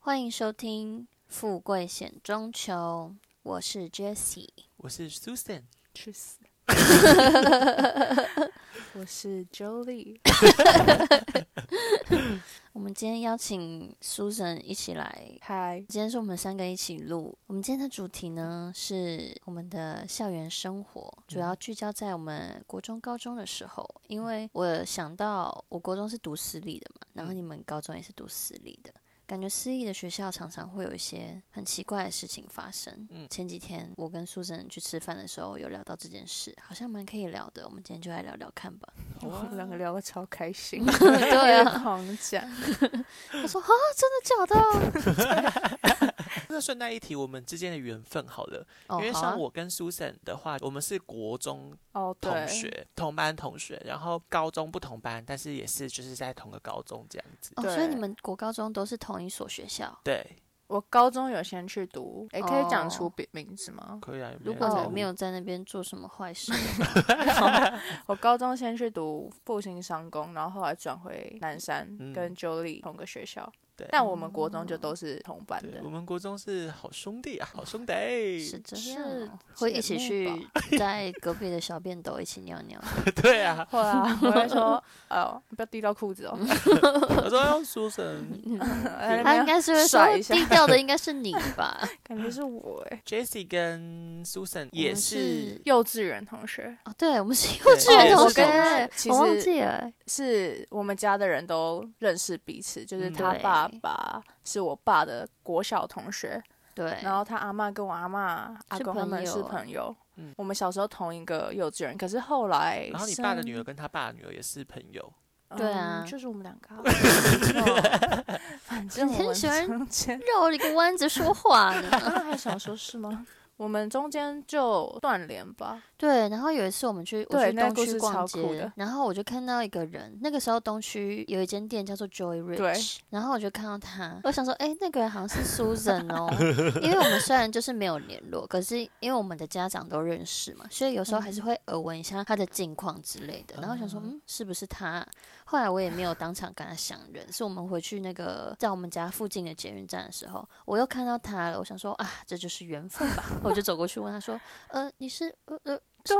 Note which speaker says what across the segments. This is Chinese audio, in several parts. Speaker 1: 欢迎收听《富贵险中求》，我是 Jessie。
Speaker 2: 我是 Susan，
Speaker 3: 去死！我是 Jolie，
Speaker 1: 我们今天邀请 Susan 一起来，
Speaker 3: 嗨，
Speaker 1: 今天是我们三个一起录。我们今天的主题呢是我们的校园生活，
Speaker 2: 嗯
Speaker 1: 主要聚焦在我们国中、高中的时候，因为我想到我国中是读私立的嘛，然后
Speaker 2: 嗯
Speaker 1: 你们高中也是读私立的。感觉私立的学校常常会有一些很奇怪的事情发生。
Speaker 2: 嗯
Speaker 1: 前几天我跟 Susan 去吃饭的时候有聊到这件事，好像蛮可以聊的。我们今天就来聊聊看 吧。
Speaker 3: 我们两个聊得超开心，
Speaker 1: 对
Speaker 3: 有点
Speaker 1: 啊，
Speaker 3: 狂讲，
Speaker 1: 他说啊，真的假的？
Speaker 2: 那顺带一提，我们之间的缘分好了，
Speaker 1: 哦
Speaker 2: 因为
Speaker 1: 好啊
Speaker 2: 像我跟 Susan 的话，我们是国中
Speaker 3: 哦，对，
Speaker 2: 同学，同班同学，然后高中不同班，但是也是就是在同个高中这样子。
Speaker 1: 哦，所以你
Speaker 3: 对
Speaker 1: 们国高中都是同一所学校？
Speaker 2: 对，
Speaker 3: 我高中有先去读，诶，可以讲出
Speaker 1: 哦
Speaker 3: 别名字吗？
Speaker 2: 可以啊。
Speaker 1: 如
Speaker 2: 人
Speaker 1: 果
Speaker 2: 在
Speaker 1: 你
Speaker 2: 乎
Speaker 1: 没有在那边做什么坏 事，
Speaker 3: 我高中先去读复兴商工，然后后来转回南山，
Speaker 2: 嗯
Speaker 3: 跟 Jolie 同个学校，
Speaker 2: 对，
Speaker 3: 但我们国中就都是同班
Speaker 2: 对
Speaker 3: 的
Speaker 2: 我。们国中是好兄弟啊，好兄
Speaker 1: 是
Speaker 2: 弟。
Speaker 1: 这
Speaker 3: 是
Speaker 1: 样哦，会一起
Speaker 3: 姐妹
Speaker 1: 去在隔壁的小便斗一起尿尿。
Speaker 2: 对啊，
Speaker 3: 后来啊我会说，哦，不要滴到裤 子哦，
Speaker 2: 我说要 Susan
Speaker 3: 在那
Speaker 1: 他
Speaker 3: 边
Speaker 1: 应该是会
Speaker 3: 甩
Speaker 1: 说
Speaker 3: 一下
Speaker 1: 低调的应该是你吧？
Speaker 3: 感觉是我诶，
Speaker 2: Jessie 跟 Susan
Speaker 1: 我
Speaker 2: 也
Speaker 1: 们是
Speaker 3: 幼稚园同学
Speaker 1: 哦，对，我们是幼
Speaker 2: 对
Speaker 1: 稚园
Speaker 2: 哦
Speaker 1: 同
Speaker 2: 我跟
Speaker 1: 学，
Speaker 3: 其
Speaker 1: 我忘
Speaker 3: 实
Speaker 1: 记了。
Speaker 3: 是我们家的人都认识彼此，就是
Speaker 2: 嗯
Speaker 3: 他
Speaker 1: 对
Speaker 3: 爸爸是我爸的国小同学，
Speaker 1: 对，
Speaker 3: 然后他阿嬷跟我阿嬷、阿
Speaker 1: 是
Speaker 3: 公他们
Speaker 1: 朋
Speaker 3: 是
Speaker 1: 友
Speaker 3: 朋友
Speaker 2: 嗯。
Speaker 3: 我们小时候同一个幼稚园，可是后来，
Speaker 2: 然后你爸的女儿，跟他爸的女儿也是朋友，
Speaker 1: 对啊
Speaker 3: 嗯就是我们两 个啊。反正我
Speaker 1: 很
Speaker 3: 们
Speaker 1: 喜欢
Speaker 3: 中 间，
Speaker 1: 绕了一个弯子说话呢。
Speaker 3: 刚刚还想说是吗？ 我们中间就断联吧，
Speaker 1: 对，然后有一次我们去我
Speaker 3: 对
Speaker 1: 去
Speaker 3: 那
Speaker 1: 东
Speaker 3: 个故
Speaker 1: 区
Speaker 3: 事
Speaker 1: 逛
Speaker 3: 超酷
Speaker 1: 街
Speaker 3: 的，
Speaker 1: 然后我就看到一个人，那个时候东区有一间店叫做 Joy
Speaker 3: 对
Speaker 1: Rich，然后我就看到他，我想说，哎、那个人好像是 Susan 哦，因为我们虽然就是没有联络，可是因为我们的家长都认识嘛，所以有时候还
Speaker 3: 嗯
Speaker 1: 是会耳闻一下他的近况之类的。然后
Speaker 3: 哦
Speaker 1: 想说，嗯，是不是他？后来我也没有当场跟他相认，是我们回去那个在我们家附近的捷运站的时候，我又看到他了，我想说啊，这就是缘分吧， 我就走过去问他说，呃，你是呃呃
Speaker 3: 对，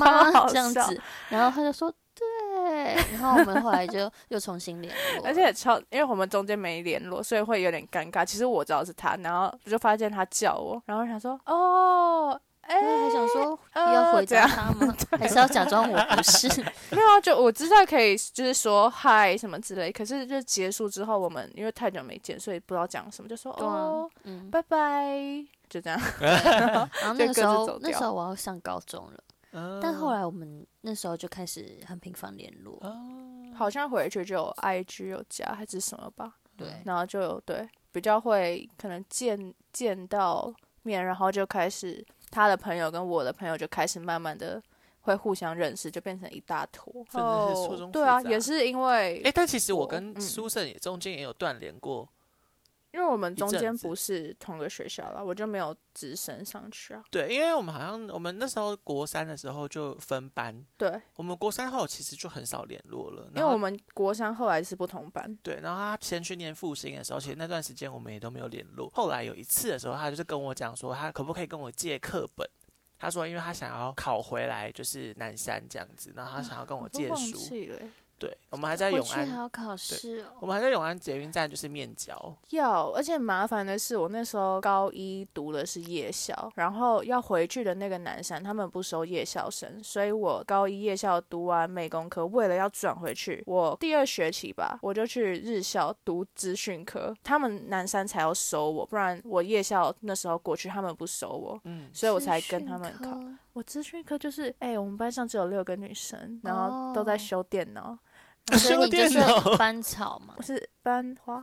Speaker 1: 妈
Speaker 3: 超好
Speaker 1: 这样
Speaker 3: 笑
Speaker 1: 子，然后他就说对，然后我们后来 就又重新联络，
Speaker 3: 而且超，因为我们中间没联络，所以会有点尴尬。其实我知道是他，然后我就发现他叫我，然后想说哦， 哎、
Speaker 1: 对还想说要
Speaker 3: 呃
Speaker 1: 回
Speaker 3: 这
Speaker 1: 答
Speaker 3: 样
Speaker 1: 他吗？还是要假装我不 是？
Speaker 3: 没有啊，就我知道可以就是说嗨什么之类，可是就结束之后，我们因为太久没见，所以不知道讲什么，就说
Speaker 1: 对啊
Speaker 3: 哦，
Speaker 1: 嗯，
Speaker 3: 拜拜，就这样。
Speaker 1: 然后那个
Speaker 3: 就各
Speaker 1: 时
Speaker 3: 自
Speaker 1: 候
Speaker 3: 走
Speaker 1: 那时
Speaker 3: 掉嗯
Speaker 1: 候我要上高中了，但
Speaker 2: 但
Speaker 1: 后来我们那时候就开始很频繁联络，
Speaker 3: 哦
Speaker 1: 嗯
Speaker 3: 好像回去就有 IG 有加还是什么吧，
Speaker 1: 对
Speaker 3: 然后就有对比较会可能见见到面，然后就开始他的朋友跟我的朋友就开始慢慢的会互相认识，就变成一大坨。
Speaker 2: 真的是错综复
Speaker 3: 对啊，
Speaker 2: 杂
Speaker 3: 也是因为、
Speaker 2: 哎、但其实我
Speaker 3: 我
Speaker 2: 跟
Speaker 3: 嗯
Speaker 2: Susan 也中间也有断联过，
Speaker 3: 因为我们中
Speaker 2: 阵
Speaker 3: 间
Speaker 2: 子
Speaker 3: 不是同个学校啦，我就没有直升上去啊。
Speaker 2: 对，因为我们好像我们那时候国三的时候就分班，
Speaker 3: 对，
Speaker 2: 我们国三后其实就很少联络了，
Speaker 3: 因为
Speaker 2: 然后
Speaker 3: 我们国三后来是不同班，
Speaker 2: 对，然后他先去念复兴的时候，其实那段时间我们也都没有联络。后来有一次的时候，他就是跟我讲说，他可不可以跟我借课本？他说，因为他想要考回来，就是南山这样子，然后他想要跟我
Speaker 3: 啊我都
Speaker 2: 借
Speaker 3: 忘
Speaker 2: 书。
Speaker 3: 记了欸。
Speaker 2: 对，我们还在
Speaker 1: 回
Speaker 2: 永
Speaker 1: 去还
Speaker 2: 安，
Speaker 1: 要考试哦，
Speaker 2: 我们还在永安捷运站就是面交。
Speaker 3: 要，而且麻烦的是，我那时候高一读的是夜校，然后要回去的那个南山，他们不收夜校生，所以我高一夜校读完美工科，为了要转回去，我第二学期吧，我就去日校读资讯科，他们南山才要收我，不然我夜校那时候过去，他们不收我，
Speaker 2: 嗯，
Speaker 3: 所以我才
Speaker 1: 资
Speaker 3: 跟
Speaker 1: 讯
Speaker 3: 他们考。
Speaker 1: 科
Speaker 3: 我资讯科就是，哎、我们班上只有六个女生，然后都
Speaker 1: 哦
Speaker 3: 在修电脑，
Speaker 1: 所以
Speaker 2: 修
Speaker 1: 你就
Speaker 2: 电
Speaker 1: 是
Speaker 2: 脑
Speaker 1: 班草嘛
Speaker 3: 我，是班 花。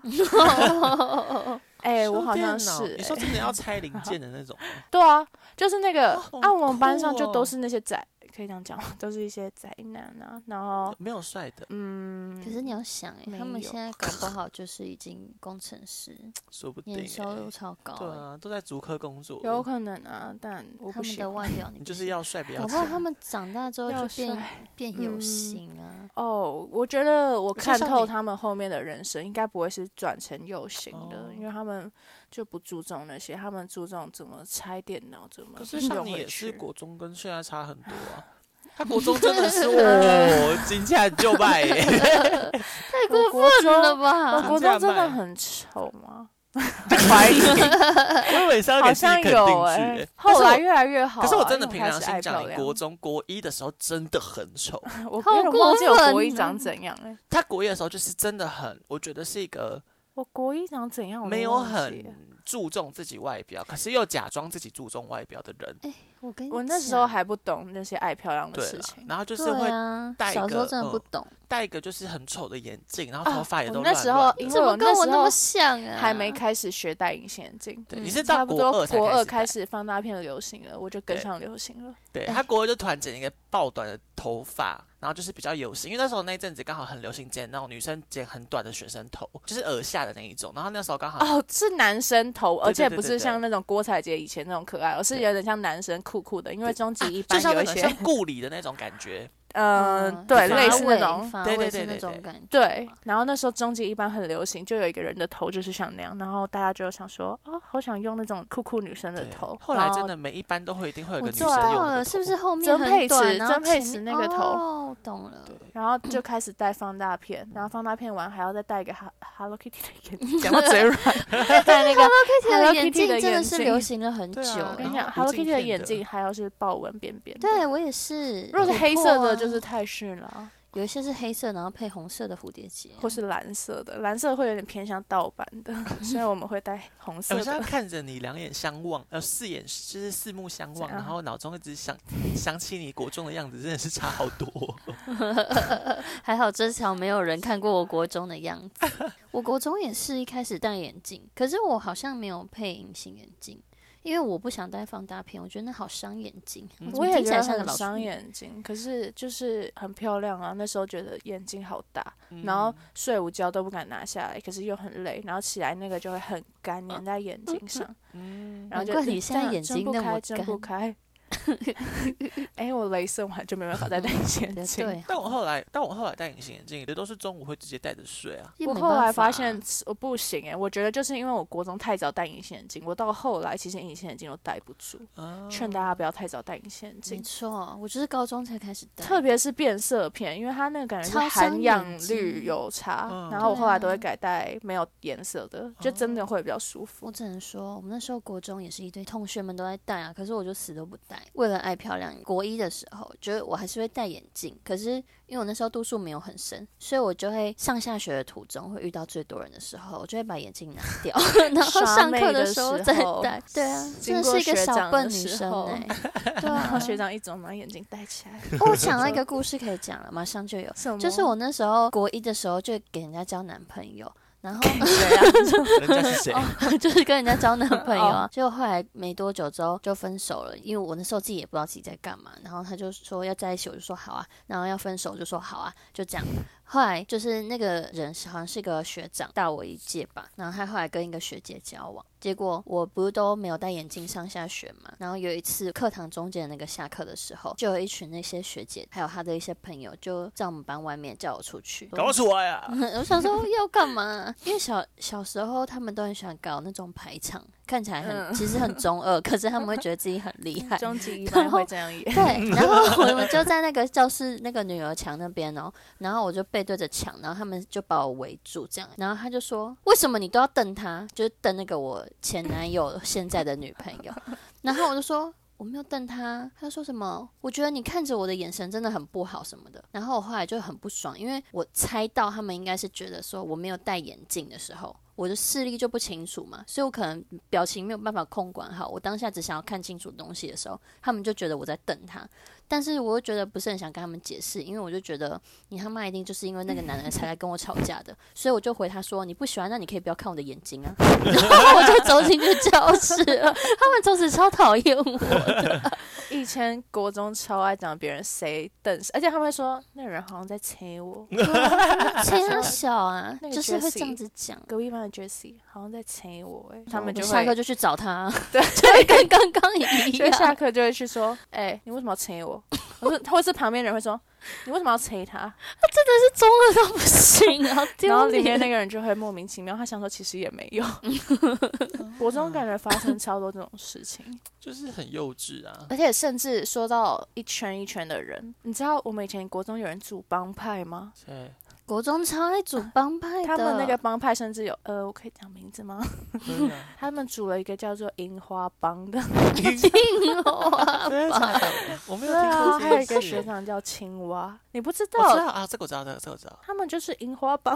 Speaker 3: 哎、我好像是、
Speaker 2: 你说
Speaker 3: 哎
Speaker 2: 真的要拆零件的那种吗？
Speaker 3: 对啊，就是那个
Speaker 2: 哇好
Speaker 3: 啊，我们班上
Speaker 2: 酷
Speaker 3: 就
Speaker 2: 哦
Speaker 3: 都是那些仔，可以这样讲吗，都是一些宅男啊。然后，
Speaker 2: 没有帅的，
Speaker 3: 嗯，
Speaker 1: 可是你要想、欸，他
Speaker 3: 没
Speaker 1: 们
Speaker 3: 有
Speaker 1: 现 在搞不好就是已经工程师，
Speaker 2: 说不定、
Speaker 1: 年收
Speaker 2: 欸
Speaker 1: 入。超高、
Speaker 2: 对
Speaker 1: 欸，
Speaker 2: 啊，都在足科工作，
Speaker 3: 有可能啊，但我
Speaker 1: 他们
Speaker 3: 不喜
Speaker 1: 的
Speaker 3: 欢。
Speaker 1: 外表你
Speaker 2: 你
Speaker 1: 不
Speaker 2: 就是
Speaker 1: 喜
Speaker 2: 要帅，不
Speaker 1: 搞
Speaker 2: 要
Speaker 1: 不好
Speaker 2: 帅。
Speaker 1: 他们长大之后
Speaker 3: 要
Speaker 1: 就变
Speaker 3: 帅
Speaker 1: 变有
Speaker 3: 嗯
Speaker 1: 型啊，
Speaker 3: 哦，我觉得我
Speaker 2: 可是
Speaker 3: 看
Speaker 2: 像
Speaker 3: 透
Speaker 2: 你
Speaker 3: 他们后面的人生，应该不会是转成右行的，
Speaker 2: 哦
Speaker 3: 因为他们就不注重那些，他们注重怎么拆电脑，怎么
Speaker 2: 可是
Speaker 3: 用
Speaker 2: 像你
Speaker 3: 回
Speaker 2: 也是
Speaker 3: 去。
Speaker 2: 国中跟现在差很多啊。 他国中真的 是我金价就败耶，
Speaker 1: 太过
Speaker 3: 我国
Speaker 1: 分了
Speaker 3: 中，我
Speaker 1: 吧？
Speaker 3: 国
Speaker 2: 这
Speaker 3: 中
Speaker 2: 样
Speaker 3: 真的
Speaker 2: 卖
Speaker 3: 很丑吗？怀疑，
Speaker 2: 我每次要
Speaker 3: 好
Speaker 2: 给自己
Speaker 3: 像
Speaker 2: 肯定句
Speaker 3: 有
Speaker 2: 耶。
Speaker 3: 哎、
Speaker 2: 但是
Speaker 3: 后
Speaker 2: 我
Speaker 3: 来越来越好啊、
Speaker 2: 可是我真
Speaker 3: 因
Speaker 2: 的
Speaker 3: 为
Speaker 2: 凭
Speaker 3: 开
Speaker 2: 良
Speaker 3: 始爱
Speaker 2: 心讲，
Speaker 3: 漂
Speaker 2: 你
Speaker 3: 亮。
Speaker 2: 国中国一的时候真的很丑。
Speaker 3: 我
Speaker 1: 好
Speaker 3: 有点忘记我
Speaker 1: 过分
Speaker 3: 国一
Speaker 1: 哦
Speaker 3: 长怎样哎、
Speaker 2: 他国一的时候就是真的很，我觉得是一个
Speaker 3: 我国一长怎样我都
Speaker 2: 没有
Speaker 3: 忘记了
Speaker 2: 很注重自己外表，可是又假装自己注重外表的人。
Speaker 1: 我跟你
Speaker 3: 我那时候
Speaker 1: 讲
Speaker 3: 还不懂那些爱漂亮的
Speaker 2: 对
Speaker 3: 事
Speaker 2: 啦
Speaker 3: 情。
Speaker 2: 然后就是
Speaker 1: 对
Speaker 2: 会
Speaker 1: 啊，
Speaker 2: 戴一
Speaker 1: 小时候
Speaker 2: 个
Speaker 1: 真的不
Speaker 2: 嗯
Speaker 1: 懂，
Speaker 2: 戴一个就是很丑的眼镜，然后
Speaker 3: 啊
Speaker 2: 头发也
Speaker 3: 我
Speaker 2: 都
Speaker 3: 那
Speaker 2: 乱
Speaker 3: 时
Speaker 2: 乱
Speaker 3: 候
Speaker 2: 的
Speaker 3: 因为
Speaker 1: 怎么
Speaker 3: 我那
Speaker 1: 跟我
Speaker 3: 时
Speaker 1: 那
Speaker 3: 候
Speaker 1: 么像啊？
Speaker 3: 还没开始学戴隐形眼镜，
Speaker 2: 对，
Speaker 1: 嗯
Speaker 2: 你是
Speaker 3: 差
Speaker 2: 到
Speaker 3: 不
Speaker 2: 国
Speaker 3: 多
Speaker 2: 二才
Speaker 3: 国二
Speaker 2: 开
Speaker 3: 开
Speaker 2: 始
Speaker 3: 始放大片的流行了，我就跟
Speaker 2: 对
Speaker 3: 上流行了。
Speaker 2: 戴。对
Speaker 1: 哎
Speaker 2: 他国二就突然剪一个爆短的头发，然后就是比较有型，因为那时候那一阵子刚好很流行剪那种女生剪很短的学生头，就是耳下的那一种。然后那时候刚好
Speaker 3: 哦，是男生头，而
Speaker 2: 啊对
Speaker 3: 且
Speaker 2: 对
Speaker 3: 不
Speaker 2: 对
Speaker 3: 是
Speaker 2: 对
Speaker 3: 像那种郭采洁以前那种可爱，而是
Speaker 2: 对
Speaker 3: 有点像男生酷酷的，因为
Speaker 2: 对啊
Speaker 3: 终极一
Speaker 2: 就
Speaker 3: 般
Speaker 2: 像
Speaker 3: 有
Speaker 2: 那
Speaker 3: 一
Speaker 2: 种
Speaker 3: 些
Speaker 2: 像，顾里的那种感觉，
Speaker 3: 嗯，对，
Speaker 1: 发
Speaker 3: 类似那
Speaker 1: 尾
Speaker 3: 种。
Speaker 1: 发
Speaker 2: 对
Speaker 1: 尾
Speaker 2: 对
Speaker 1: 是
Speaker 2: 对
Speaker 1: 那
Speaker 2: 对
Speaker 1: 种
Speaker 2: 对
Speaker 1: 感觉，
Speaker 3: 对，然后那时候终极一班很流行，就有一个人的头就是像那样，然后大家就想说，哦，好想用那种酷酷女生的
Speaker 2: 对
Speaker 3: 头。
Speaker 2: 后来
Speaker 3: 然
Speaker 2: 真的每一班都会一定会有
Speaker 1: 我
Speaker 2: 个女
Speaker 1: 知
Speaker 2: 生用
Speaker 1: 道
Speaker 2: 的
Speaker 1: 了，
Speaker 2: 头
Speaker 1: 是不是？后面
Speaker 3: 曾
Speaker 1: 很
Speaker 3: 佩
Speaker 1: 短
Speaker 3: 慈
Speaker 1: 然后
Speaker 3: 曾佩
Speaker 1: 前
Speaker 3: 慈
Speaker 1: 面
Speaker 3: 那个头
Speaker 1: 哦，懂了
Speaker 2: 对。
Speaker 3: 然 后就开始戴放大片，然后放大片完还要再戴一个 Ha- Hello Kitty 的 眼镜，讲到嘴软，戴那个
Speaker 1: Hello Kitty 的
Speaker 3: Hello
Speaker 1: 眼
Speaker 3: Kitty
Speaker 1: 镜
Speaker 3: 的
Speaker 1: 真
Speaker 3: 眼
Speaker 1: 的是流
Speaker 3: 镜。
Speaker 1: 行了很久
Speaker 2: 对啊
Speaker 3: 我跟
Speaker 1: 欸。
Speaker 3: 你
Speaker 2: 然
Speaker 3: 讲
Speaker 2: 后
Speaker 3: ，Hello
Speaker 2: 无镜
Speaker 3: Kitty 的
Speaker 2: 片
Speaker 3: 眼
Speaker 2: 的
Speaker 3: 镜还有是豹纹边边的，
Speaker 1: 对，我也是。
Speaker 3: 如果
Speaker 1: 琥
Speaker 3: 是黑
Speaker 1: 珀
Speaker 3: 色的
Speaker 1: 啊
Speaker 3: 就是泰式了，
Speaker 1: 有一些是黑色，然后配红色的蝴蝶结啊，
Speaker 2: 嗯
Speaker 3: 或是蓝色的，蓝色会有点偏向盗版的， 所以我们会戴红
Speaker 2: 哎
Speaker 3: 色
Speaker 2: 我现在
Speaker 3: 的。
Speaker 2: 看着你两眼相望，呃，四眼就是啊四目相望，
Speaker 3: 怎样
Speaker 2: 然后脑中一直想 想起你国中的样子，真的是差好多哦、
Speaker 1: 还好这条没有人看过我国中的样子。我国中也是一开始戴眼镜，可是我好像没有配隐形眼镜，因为我不想戴放大片，我觉得那好伤眼睛。
Speaker 2: 嗯
Speaker 1: 怎
Speaker 3: 我
Speaker 1: 么
Speaker 3: 也
Speaker 1: 听起
Speaker 3: 觉
Speaker 1: 来
Speaker 3: 得
Speaker 1: 像个
Speaker 3: 很
Speaker 1: 老师。
Speaker 3: 伤眼睛，可是就是很漂亮啊。那时候觉得眼睛好大，
Speaker 2: 嗯
Speaker 3: 然后睡午觉都不敢拿下来，可是又很累，然后起来那个就会很干，粘在眼睛上。
Speaker 2: 嗯，
Speaker 3: 然后就
Speaker 1: 难怪
Speaker 3: 一
Speaker 1: 你
Speaker 3: 直
Speaker 1: 现在
Speaker 3: 这样
Speaker 1: 眼睛
Speaker 3: 睁不
Speaker 1: 那么
Speaker 3: 开，睁不开。哎、我雷射完就没办法 再戴隐形眼
Speaker 1: 对
Speaker 3: 镜。
Speaker 1: 对，
Speaker 2: 但我后来，但我后来戴隐形眼镜，也都是中午会直接戴着睡啊。
Speaker 1: 也
Speaker 3: 我
Speaker 1: 没
Speaker 3: 后
Speaker 1: 办
Speaker 3: 来发
Speaker 1: 法
Speaker 3: 现我不行哎、我觉得就是因为我国中太早戴隐形眼镜，我到后来其实隐形眼镜都戴不住。
Speaker 2: 啊
Speaker 3: 劝大家不要太早戴隐形眼
Speaker 1: 没
Speaker 3: 镜，
Speaker 1: 错，我就是高中才开始戴，
Speaker 3: 特别是变色片，因为它那个感觉是
Speaker 1: 超伤
Speaker 3: 含氧
Speaker 1: 眼睛
Speaker 3: 率有差。
Speaker 2: 嗯
Speaker 3: 然后我
Speaker 1: 对
Speaker 3: 后来
Speaker 1: 啊哦
Speaker 3: 都会改戴没有颜色的，就真的会比较舒服。
Speaker 1: 我只能说，我们那时候国中也是一堆同学们都在戴啊，可是我就死都不戴。为了爱漂亮，国一的时候，就是我还是会戴眼镜，可是因为我那时候度数没有很深，所以我就会上下学的途中会遇到最多人的时候，我就会把眼镜拿 掉，然后
Speaker 3: 耍
Speaker 1: 上
Speaker 3: 妹
Speaker 1: 课
Speaker 3: 的
Speaker 1: 时候
Speaker 3: 时
Speaker 1: 再
Speaker 3: 候
Speaker 1: 戴。对啊，
Speaker 3: 经
Speaker 1: 真的
Speaker 3: 过
Speaker 1: 是一个
Speaker 3: 学
Speaker 1: 小
Speaker 3: 长
Speaker 1: 笨
Speaker 3: 的
Speaker 1: 女
Speaker 3: 时
Speaker 1: 生
Speaker 3: 候
Speaker 1: 哎、对
Speaker 3: 然后
Speaker 1: 啊，
Speaker 3: 学长一走，把眼镜戴起来，
Speaker 1: 哦我想到一个故事可以讲了，马上就有。
Speaker 3: 什么？
Speaker 1: 就是我那时候国一的时候，就给人家交男朋友，然后
Speaker 3: 对啊，
Speaker 2: 人家 是谁？
Speaker 1: 就是跟人家交男朋友啊，结果后来没多久之后就分手了，因为我那时候自己也不知道自己在干嘛，然后他就说要在一起，我就说好啊，然后要分手我就说好啊，就这样。后来就是那个人是好像是个学长，大我一届吧，然后他后来跟一个学姐交往，结果我不是都没有戴眼镜上下学嘛，然后有一次课堂中间的那个下课的时候，就有一群那些学姐还有她的一些朋友就在我们班外面叫我出去，
Speaker 2: 搞出来啊！
Speaker 1: 我想 说要干嘛？因为小小时候他们都很喜欢搞那种排场，看起来很、
Speaker 3: 嗯
Speaker 1: 其实很中二，可是他们会觉得自己很厉 害。
Speaker 3: 终极啊一
Speaker 1: 然
Speaker 3: 般会
Speaker 1: 后
Speaker 3: 这样演。
Speaker 1: 对，然后我们就在那个教室那个女儿墙那边哦，然后我就背对着墙，然后他们就把我围住这样，然后他就说：“为什么你都要瞪他？就是瞪那个我前男友现在的女朋友。”然后我就说。我没有瞪他，他说什么？我觉得你看着我的眼神真的很不好什么的。然后我后来就很不爽，因为我猜到他们应该是觉得说我没有戴眼镜的时候，我的视力就不清楚嘛，所以我可能表情没有办法控管好。我当下只想要看清楚东西的时候，他们就觉得我在瞪他，但是我又觉得不是很想跟他们解释，因为我就觉得你他妈一定就是因为那个男人才来跟我吵架的，所以我就回他说你不喜欢，那你可以不要看我的眼 睛啊， 然后我就走进去教室了，他们从此超讨厌我的，
Speaker 3: 以前国中超爱讲别人谁瞪谁，而且他们会说那人好像在催我，
Speaker 1: 谁他小啊
Speaker 3: 那，个
Speaker 1: 就是会
Speaker 3: Jessie
Speaker 1: 这样子讲。
Speaker 3: 隔壁班的 Jessie 好像在催我、欸，他
Speaker 1: 我
Speaker 3: 们就
Speaker 1: 下课
Speaker 3: 会
Speaker 1: 就去找他，
Speaker 3: 对，
Speaker 1: 对，跟刚刚一
Speaker 3: 所以下
Speaker 1: 样。
Speaker 3: 课就会去说，哎、你为什么要催我？我说，或是旁边人会说，你为什么要催他？
Speaker 1: 这中二到不行啊，
Speaker 3: 然
Speaker 1: 丢
Speaker 3: 后里面
Speaker 1: 脸！
Speaker 3: 那个人就会莫名其妙，他想说其实也没 有。国中感觉发生超多这种事情，
Speaker 2: 就是很幼稚啊。
Speaker 1: 哎
Speaker 3: 而且甚至说到一圈一圈的人，你知道我们以前国中有人组帮派吗？
Speaker 2: 对，
Speaker 1: 国中超爱组帮派的，
Speaker 3: 他们那个帮派甚至有，呃，我可以讲名字吗？
Speaker 2: 真的
Speaker 3: 他们组了一个叫做樱花帮的，
Speaker 1: 硬哦，
Speaker 2: 真的假的啊我 没有
Speaker 3: 对
Speaker 2: 听
Speaker 3: 啊，
Speaker 2: 过
Speaker 3: 还有
Speaker 2: 这
Speaker 3: 一
Speaker 2: 件
Speaker 3: 个
Speaker 2: 事
Speaker 3: 学。长叫青蛙，你不知
Speaker 2: 我知
Speaker 3: 道
Speaker 2: 道？啊，这个我知道，这个这个我知道。
Speaker 3: 他们就是樱花 帮。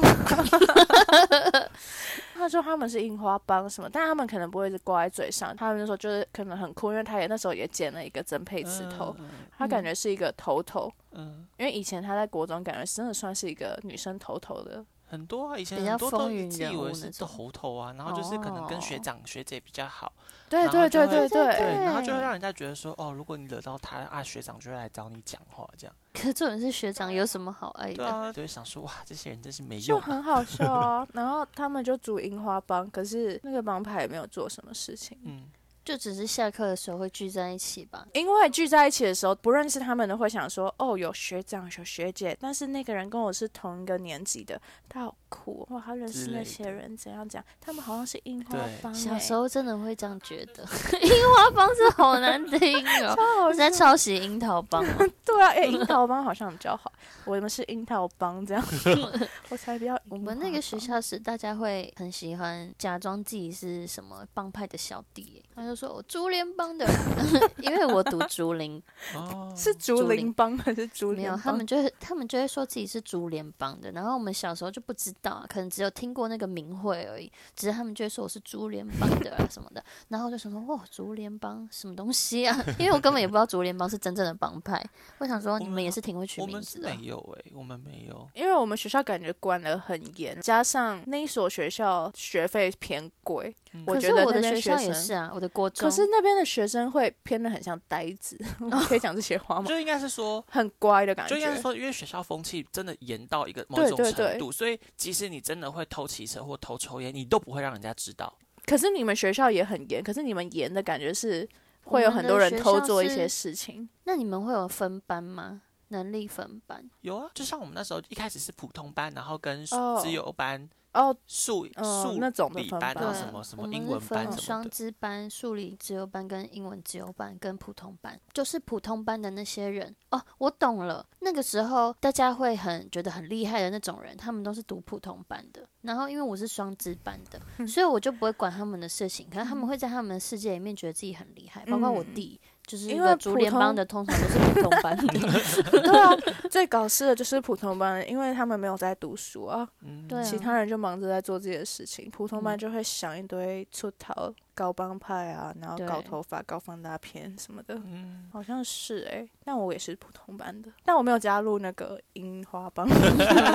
Speaker 3: 他说他们是樱花帮什么，但他们可能不会一直挂在嘴上。他们就说就是可能很酷，因为他也那时候也剪了一个真配刺头，他感觉是一个头头。
Speaker 2: 嗯，
Speaker 3: 因为以前他在国中感觉真的算是一个女生头头的，
Speaker 2: 很多啊，以前
Speaker 1: 比较
Speaker 2: 很多都
Speaker 1: 风云
Speaker 2: 自以
Speaker 1: 人
Speaker 2: 为
Speaker 1: 物
Speaker 2: 是
Speaker 1: 那种
Speaker 2: 猴头啊，然后就是可能跟学
Speaker 1: 哦
Speaker 2: 长学姐比较好，
Speaker 3: 对
Speaker 2: 然后
Speaker 3: 对
Speaker 2: 就
Speaker 3: 对
Speaker 2: 会
Speaker 3: 对
Speaker 2: 对，
Speaker 3: 对，
Speaker 2: 然后就会让人家觉得说，哦，如果你惹到他啊，学长就会来找你讲话，这样。
Speaker 1: 可这种是学长有什么好爱
Speaker 2: 对
Speaker 1: 的？
Speaker 2: 啊，就会想说，哇，这些人真是没
Speaker 3: 就
Speaker 2: 用啊。
Speaker 3: 很好笑啊。然后他们就组樱花帮，可是那个帮派也没有做什么事情。
Speaker 2: 嗯，
Speaker 1: 就只是下课的时候会聚在一起吧。
Speaker 3: 因为聚在一起的时候，不认识他们的会想说，哦，有学长有学姐，但是那个人跟我是同一个年级的，他好酷哦哇，他认识那
Speaker 2: 之
Speaker 3: 些
Speaker 2: 类的
Speaker 3: 人怎样讲，他们好像是樱花
Speaker 2: 对
Speaker 3: 帮、欸，
Speaker 1: 小时候真的会这样觉得， 樱花帮是好难听 哦，
Speaker 3: 哦
Speaker 1: 你在抄袭樱桃哦帮吗？
Speaker 3: 对啊，哎、樱桃帮好像比较好，我们是樱桃 帮这样，我才比较嗯樱花帮。
Speaker 1: 我们那个学校是大家会很喜欢假装自己是什么帮派的小弟耶，他就说我竹联帮的， 因为我读竹林，
Speaker 2: 哦，
Speaker 3: 是竹
Speaker 1: 竹
Speaker 3: 林
Speaker 1: 林
Speaker 3: 帮还是竹
Speaker 1: 没
Speaker 3: 林
Speaker 1: 有，
Speaker 3: 帮？
Speaker 1: 他们就会他们就会说自己是竹联帮的，然后我们小时候就不知道啊，可能只有听过那个名讳而已，只是他们就会说我是竹联帮的啊什么的，然后我就想说哇，竹联帮什么东西啊？因为我根本也不知道竹联帮是真正的帮派，我想说
Speaker 2: 们
Speaker 1: 你们也是挺会取
Speaker 2: 我
Speaker 1: 名
Speaker 2: 们是
Speaker 1: 字的啊
Speaker 2: 没。有诶，我们没有。
Speaker 3: 因为我们学校感觉管得很严，加上那一所学校学费偏贵，
Speaker 2: 嗯
Speaker 3: 我
Speaker 1: 可
Speaker 3: 觉
Speaker 1: 是
Speaker 3: 得
Speaker 1: 我的
Speaker 3: 那边
Speaker 1: 学校也
Speaker 3: 生
Speaker 1: 是啊，我的国中。
Speaker 3: 可是那边的学生会偏得很像呆子， 我可以讲这些 话吗？
Speaker 2: 就应该是说，
Speaker 3: 很乖的感
Speaker 2: 就
Speaker 3: 觉
Speaker 2: 应。该是说，因为学校风气真的严到一个某
Speaker 3: 对
Speaker 2: 一种
Speaker 3: 对
Speaker 2: 程度，
Speaker 3: 对
Speaker 2: 所以即使你真的会偷骑车或偷抽烟，你都不会让人家知道。
Speaker 3: 可是你们学校也很严，可是你们严的感觉是会有
Speaker 1: 我们
Speaker 3: 很
Speaker 1: 的
Speaker 3: 多人
Speaker 1: 学
Speaker 3: 偷
Speaker 1: 校
Speaker 3: 做一
Speaker 1: 是
Speaker 3: 些事情。
Speaker 1: 那你们会有分班吗？能力分班？
Speaker 2: 有啊，就像我们那时候一开始是普通班，然后跟
Speaker 3: 哦
Speaker 2: 自由班、
Speaker 3: 哦，
Speaker 2: 数
Speaker 3: 嗯
Speaker 2: 数
Speaker 3: 那种的
Speaker 2: 理
Speaker 3: 分
Speaker 2: 班，
Speaker 3: 班
Speaker 2: 然
Speaker 3: 啊
Speaker 1: 对
Speaker 2: 后什么什
Speaker 1: 我
Speaker 2: 么
Speaker 1: 们
Speaker 2: 英
Speaker 1: 是
Speaker 2: 文班
Speaker 1: 分
Speaker 2: 什么
Speaker 1: 双
Speaker 2: 的。
Speaker 1: 资班、数理自由班跟英文自由班跟普通班，就是普通班的那些人哦，我懂了。那个时候大家会很觉得很厉害的那种人，他们都是读普通班的。然后因为我是双资班的，所以我就不会管他们的事情，可是他们会在他们的世界里面觉得自己很厉害，包括我
Speaker 3: 嗯
Speaker 1: 弟。就是
Speaker 3: 因
Speaker 1: 一
Speaker 3: 为
Speaker 1: 个竹
Speaker 3: 普
Speaker 1: 联帮
Speaker 3: 通
Speaker 1: 的，通常都是普通班 的，
Speaker 3: 对啊，最搞事的就是普通班，因为他们没有在读书啊，
Speaker 2: 嗯，
Speaker 1: 对
Speaker 3: 其
Speaker 1: 啊
Speaker 3: 他人就忙着在做自己的事情，普通班
Speaker 1: 嗯
Speaker 3: 就会想一堆出逃、搞帮派啊，然后搞
Speaker 1: 对
Speaker 3: 头发、搞放大片什么的。
Speaker 2: 嗯，
Speaker 3: 好像是哎、但我也是普通班的，但我没有加入那个樱花帮，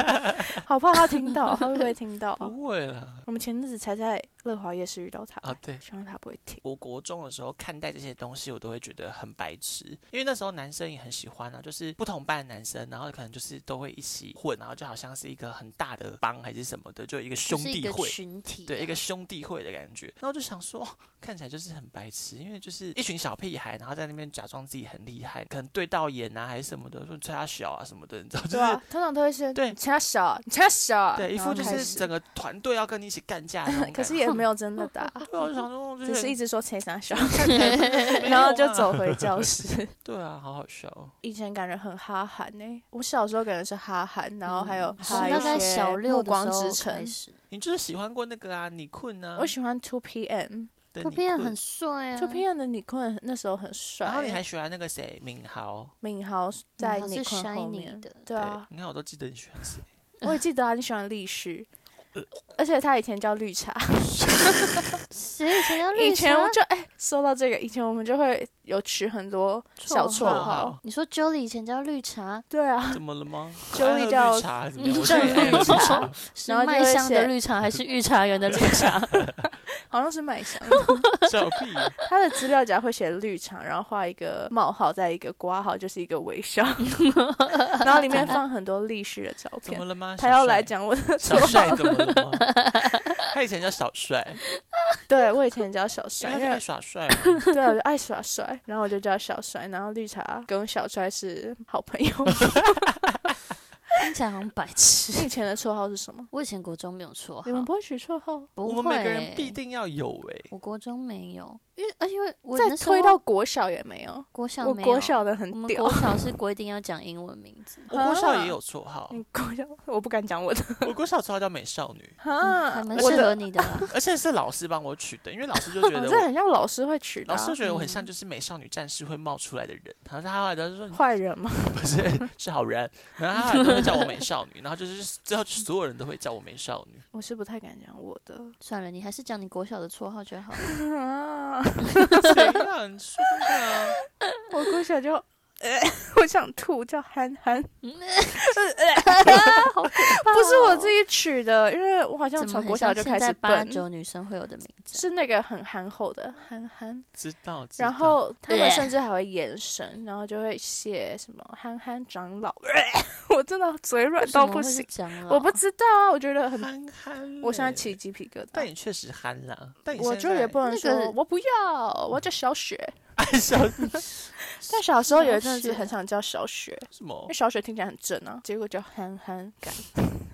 Speaker 3: 好怕他听到，他会不会 听到啊？
Speaker 2: 不会啦。
Speaker 3: 我们前阵子才在乐华夜市遇到他，
Speaker 2: 嗯啊，对，
Speaker 3: 希望他不会听。
Speaker 2: 我国中的时候看待这些东西，我都会觉得很白痴，因为那时候男生也很喜欢啊，就是不同班的男生，然后可能就是都会一起混，然后就好像是一个很大的帮还是什么的，就一个
Speaker 1: 就
Speaker 2: 兄
Speaker 1: 是一
Speaker 2: 弟
Speaker 1: 个
Speaker 2: 会。
Speaker 1: 群体啊，
Speaker 2: 对一个兄弟会的感觉，然后就想说，哦看起来就是很白痴，因为就是一群小屁孩，然后在那边假装自己很厉害，可能对到眼啊还是什么的，说你吹他小啊什么的，你知道，就是
Speaker 3: 对啊，通常都会是
Speaker 2: 对
Speaker 3: 你掐小啊，你掐小啊，
Speaker 2: 对一
Speaker 3: 然
Speaker 2: 副
Speaker 3: 后
Speaker 2: 就
Speaker 3: 开
Speaker 2: 是
Speaker 3: 始
Speaker 2: 整个团队要跟你一起干架的那种
Speaker 3: 可
Speaker 2: 感
Speaker 3: 是
Speaker 2: 觉
Speaker 3: 也没有真的打，
Speaker 2: 对啊，我就想说，哦就
Speaker 3: 只是一
Speaker 2: 是
Speaker 3: 直说切三小，
Speaker 2: 看起来没
Speaker 3: 然后
Speaker 2: 用
Speaker 3: 就
Speaker 2: 啊
Speaker 3: 走回教室。
Speaker 2: 对啊，好好笑哦。
Speaker 3: 以前感觉很哈韩呢、我小时候感觉是哈韩，然后还有
Speaker 1: 我们
Speaker 3: 还有
Speaker 1: 嗯大
Speaker 3: 一
Speaker 1: 概
Speaker 3: 些
Speaker 1: 小六的
Speaker 3: 暮
Speaker 1: 时
Speaker 3: 光
Speaker 1: 候
Speaker 3: 之
Speaker 1: 开
Speaker 3: 城。
Speaker 1: 始。
Speaker 2: 你就是喜欢过那个啊，你困啊，
Speaker 3: 我喜欢 Two PM，
Speaker 2: 的
Speaker 1: 图
Speaker 2: 你
Speaker 1: 片
Speaker 2: 困
Speaker 1: 很帅啊，
Speaker 3: Two PM 的李坤那时候很
Speaker 2: 嗯
Speaker 3: 帅、
Speaker 2: 然后你还喜欢那个谁，敏豪。
Speaker 3: 敏豪
Speaker 1: 在
Speaker 3: 在李
Speaker 1: 是
Speaker 3: 坤后面
Speaker 1: shiny，的，
Speaker 3: 对啊，
Speaker 2: 你看我都记得你喜欢谁。
Speaker 3: 我 也记得啊，你喜欢律师，而且他以前叫绿茶，
Speaker 2: 哦
Speaker 1: 谁以前叫绿
Speaker 3: 以前我
Speaker 1: 茶？
Speaker 3: 就哎、说到这个，以前我们就会有取很多小
Speaker 1: 绰
Speaker 3: 绰
Speaker 2: 号
Speaker 3: 号，
Speaker 1: 你说 Jolie 以前叫绿茶，
Speaker 3: 对啊，
Speaker 2: 怎么了吗？
Speaker 3: 就
Speaker 2: 爱
Speaker 3: 会
Speaker 2: 喝
Speaker 3: 叫
Speaker 2: 绿茶怎么样？我
Speaker 1: 正
Speaker 2: 觉得，
Speaker 1: 绿茶 是
Speaker 3: 然后就
Speaker 1: 麦
Speaker 3: 会
Speaker 1: 香
Speaker 3: 写
Speaker 1: 的绿茶还是御茶园的绿茶？
Speaker 3: 好像是麦香。
Speaker 2: 笑屁！
Speaker 3: 他的资料夹会写绿场，然后画一个冒号，再一个挂号，就是一个微 笑，然后里面放很多历史的照
Speaker 2: 怎
Speaker 3: 片
Speaker 2: 么。了吗？
Speaker 3: 他
Speaker 2: 小
Speaker 3: 要
Speaker 2: 帅
Speaker 3: 来讲我的绰
Speaker 2: 小帅
Speaker 3: 号，
Speaker 2: 怎么了吗？他以前叫小帅，
Speaker 3: 对我以前叫 小帅，
Speaker 2: 因为
Speaker 3: 因
Speaker 2: 他
Speaker 3: 为
Speaker 2: 爱耍帅嘛。
Speaker 3: 对啊我就爱耍帅，然后我就叫小帅，然后绿茶跟小帅是好 朋友。
Speaker 1: 听起来好像白痴。
Speaker 3: 你以前的绰号是 什么？
Speaker 1: 我以前国中没有绰
Speaker 3: 你们
Speaker 1: 号，
Speaker 3: 不会取绰号？
Speaker 1: 不
Speaker 2: 我
Speaker 1: 会、欸
Speaker 2: 们每个人必定要有哎、
Speaker 1: 我国中没有，因为而且因为我
Speaker 3: 再
Speaker 1: 那时候
Speaker 3: 推到国小也没有，
Speaker 1: 国小
Speaker 3: 我
Speaker 1: 没有，
Speaker 3: 国小的
Speaker 1: 我
Speaker 3: 很
Speaker 1: 们
Speaker 3: 屌
Speaker 1: 国。小是规定要讲英文名字，
Speaker 2: 我国小也有绰号，
Speaker 3: 啊你国小我不敢讲我的
Speaker 2: 我国小绰号叫美少女，
Speaker 1: 嗯
Speaker 3: 哈
Speaker 1: 还，蛮
Speaker 3: 啊我
Speaker 1: 适 合
Speaker 3: 的
Speaker 1: 你的啦。
Speaker 2: 而且是老师帮我取的，因为老师就觉得
Speaker 3: 我哦这
Speaker 2: 我，
Speaker 3: 很像老师会取的
Speaker 2: 老
Speaker 3: 啊，
Speaker 2: 师就觉得我很像就是美少女战士会冒出来的人，然后他后来就说你
Speaker 3: 坏人嘛。
Speaker 2: 不是 是好人，然后他后来都会叫我美少女，然后就是 最后所有人都会叫我美少女。
Speaker 3: 我是不太敢讲我的。
Speaker 1: 算了，你还是讲你国小的绰号就好了。
Speaker 3: 啊，
Speaker 2: 谁让你说的？
Speaker 3: 我国小就，呃， 我想吐，叫憨憨，
Speaker 1: 嗯
Speaker 3: 呃
Speaker 1: 啊好可怕哦
Speaker 3: 不是我自己取的，因为我好
Speaker 1: 怎
Speaker 3: 像
Speaker 1: 么
Speaker 3: 从
Speaker 1: 很
Speaker 3: 国小
Speaker 1: 像
Speaker 3: 就
Speaker 1: 现
Speaker 3: 开
Speaker 1: 在
Speaker 3: 始
Speaker 1: 八
Speaker 3: 笨，
Speaker 1: 九女生会有的名字啊？
Speaker 3: 是那个很憨厚的憨憨。
Speaker 2: 知道。知道
Speaker 3: 然后他们
Speaker 1: 对
Speaker 3: 甚至还会延伸，然后就会写什么憨憨长老， 我真的嘴软到不行。
Speaker 1: 讲了，
Speaker 3: 我不知道啊，我觉得很，
Speaker 2: 憨憨，欸
Speaker 3: 我现在起，鸡皮疙
Speaker 2: 但
Speaker 3: 瘩。
Speaker 2: 你确实憨啦。但你
Speaker 3: 我
Speaker 2: 现
Speaker 3: 就也
Speaker 2: 在
Speaker 3: 不能
Speaker 1: 那
Speaker 3: 说
Speaker 1: 个
Speaker 3: 我不要，我要叫小雪。
Speaker 2: 爱 笑
Speaker 3: 但小时候有一阵
Speaker 1: 小
Speaker 3: 子
Speaker 1: 雪
Speaker 3: 很想叫小雪，
Speaker 2: 什
Speaker 3: 因
Speaker 2: 么
Speaker 3: 为？小雪听起来很正啊，结果叫憨憨感，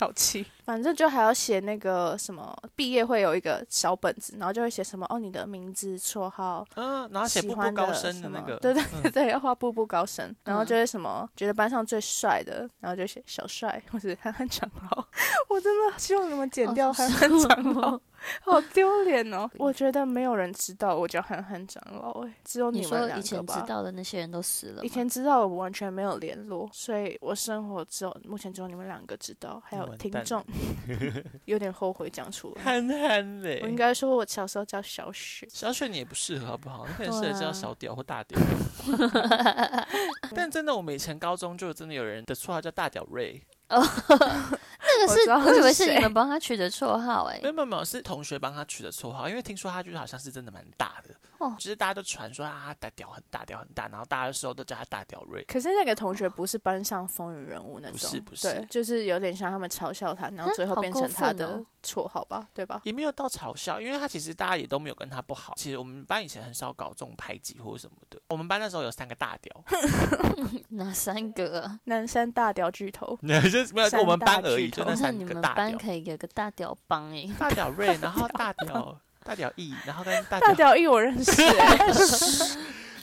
Speaker 3: 好气。反正就还要写那个什么，毕业会有一个小本子，然后就会写什么哦，你的名字、绰号，
Speaker 2: 嗯，然后写
Speaker 3: 喜
Speaker 2: 步步
Speaker 3: 欢
Speaker 2: 高
Speaker 3: 的
Speaker 2: 升的
Speaker 3: 什
Speaker 2: 那
Speaker 3: 么
Speaker 2: 个，
Speaker 3: 对对
Speaker 2: 嗯
Speaker 3: 对，要画步步高升，然后
Speaker 1: 嗯
Speaker 3: 就是什么觉得班上最帅的，然后就写小帅或是憨憨长老。 我真的希望你们剪
Speaker 1: 哦
Speaker 3: 掉
Speaker 1: 是
Speaker 3: 憨憨长老， 好丢脸哦！我觉得没有人知道我叫憨憨长老，哎，只有
Speaker 1: 你
Speaker 3: 们
Speaker 1: 说
Speaker 3: 两
Speaker 1: 以
Speaker 3: 个
Speaker 1: 前知
Speaker 3: 吧。
Speaker 1: 道的那些人都死了吗，
Speaker 3: 以前知道我完全没有联络，所以我生活只有目前只有你们两个知道，还
Speaker 2: 你
Speaker 3: 有
Speaker 2: 完
Speaker 3: 听
Speaker 2: 蛋了
Speaker 3: 众， 有点后悔讲出来。
Speaker 2: 憨憨嘞
Speaker 3: 我。应该说，我小时候叫小雪，
Speaker 2: 小雪你也不适合，好不好？你可能
Speaker 1: 对
Speaker 2: 适合叫
Speaker 1: 啊
Speaker 2: 小屌或 大屌。但真的，我们以前高中就真的有人的绰号叫大屌瑞，
Speaker 1: 那
Speaker 3: 我
Speaker 1: 个是
Speaker 3: 知道
Speaker 1: 我以
Speaker 3: 是
Speaker 1: 为是
Speaker 3: 谁
Speaker 1: 你们帮他取的绰号哎
Speaker 2: 没，有没有没有，是同学帮他取的绰号，因为听说他就是好像是真的蛮大的，
Speaker 1: 哦
Speaker 2: 就是大家都传说啊，他大屌很大屌很大，然后大家的时候都叫他大屌瑞。
Speaker 3: 可是那个同学不是班上风云人物那种，
Speaker 2: 不是不是
Speaker 3: 对，就是有点像他们嘲笑他，然后
Speaker 1: 啊
Speaker 3: 最后
Speaker 1: 好
Speaker 3: 变
Speaker 1: 过
Speaker 3: 成他
Speaker 1: 分
Speaker 3: 的
Speaker 1: 哦
Speaker 3: 绰号吧，对吧？
Speaker 2: 也没有到嘲笑，因为他其实大家也都没有跟他不好。其实我们班以前很少搞这种排挤或者什么的。我们班那时候有三个大 屌，
Speaker 1: 哪三个啊？
Speaker 3: 南山大屌巨头，
Speaker 2: 就是没有
Speaker 3: 三
Speaker 2: 我们
Speaker 3: 大
Speaker 2: 班而已，
Speaker 3: 巨
Speaker 2: 就那
Speaker 3: 头
Speaker 1: 我看
Speaker 2: 三
Speaker 1: 你
Speaker 2: 个
Speaker 1: 们
Speaker 2: 大
Speaker 1: 班
Speaker 2: 屌，
Speaker 1: 可以有个大屌帮哎，
Speaker 2: 大屌瑞，然后大屌 大屌义，然后跟大
Speaker 3: 大
Speaker 2: 屌
Speaker 3: 屌一我认 识、欸，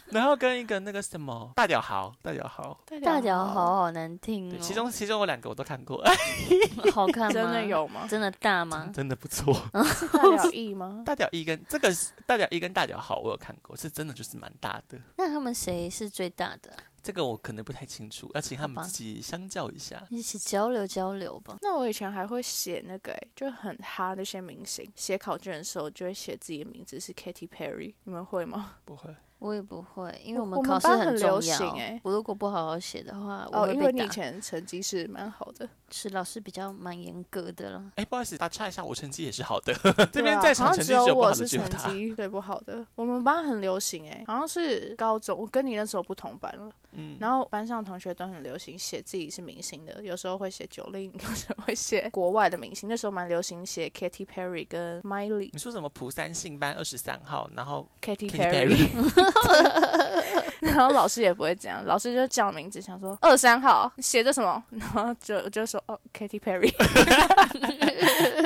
Speaker 2: 然后跟一个那个什么大屌豪，大屌豪，
Speaker 1: 大屌好好难听
Speaker 3: 嗯
Speaker 2: 对，
Speaker 1: 哦，
Speaker 2: 其中其中有两个我都看过，
Speaker 1: 好看吗？
Speaker 3: 真的有吗？
Speaker 1: 真的大吗？
Speaker 2: 真的不错。
Speaker 3: 是大屌一吗？
Speaker 2: 大屌一跟这个是大屌一跟大屌豪我有看过，是真的就是蛮大的。
Speaker 1: 那他们谁是最大的啊？
Speaker 2: 这个我可能不太清楚，要请他
Speaker 1: 好
Speaker 2: 们
Speaker 1: 吧
Speaker 2: 自己相较一下。
Speaker 1: 一起交流交流吧。
Speaker 3: 那我以前还会写那个、欸，就很哈那些明星，写考卷的时候就会写自己的名字是 Katy Perry，你们会吗？
Speaker 2: 不会，
Speaker 1: 我也不会，因为
Speaker 3: 我
Speaker 1: 我们
Speaker 3: 我们
Speaker 1: 考试
Speaker 3: 班很
Speaker 1: 重
Speaker 3: 流行
Speaker 1: 要。
Speaker 3: 欸
Speaker 1: 我如果不好好写的话，我
Speaker 3: 哦，
Speaker 1: 会
Speaker 3: 因
Speaker 1: 被
Speaker 3: 为你
Speaker 1: 打。
Speaker 3: 以前成绩是蛮好的，
Speaker 1: 是老师比较蛮严格的了。
Speaker 2: 哎，不好意思，打岔一下，我成绩也是好的。这
Speaker 3: 对
Speaker 2: 边
Speaker 3: 啊
Speaker 2: 在
Speaker 3: 好
Speaker 2: 场
Speaker 3: 像
Speaker 2: 成
Speaker 3: 只
Speaker 2: 绩有不好
Speaker 3: 我
Speaker 2: 的
Speaker 3: 是
Speaker 2: 只有
Speaker 3: 成
Speaker 2: 他。
Speaker 3: 绩最不好的。我们班很流行哎、好像是高中，我跟你那时候不同班了。
Speaker 2: 嗯，
Speaker 3: 然后班上同学都很流行写自己是明星的，有时候会写九令，有时候会写国外的明星。那时候蛮流行写 Katy Perry 跟 Miley
Speaker 2: 你。说什么蒲三信班二十三号，然后
Speaker 3: Katy
Speaker 2: Katy
Speaker 3: Perry，
Speaker 2: Perry，
Speaker 3: 然后老师也不会这样，老师就叫名字，想说二三号写着什么，然后就就说哦 Katy Perry，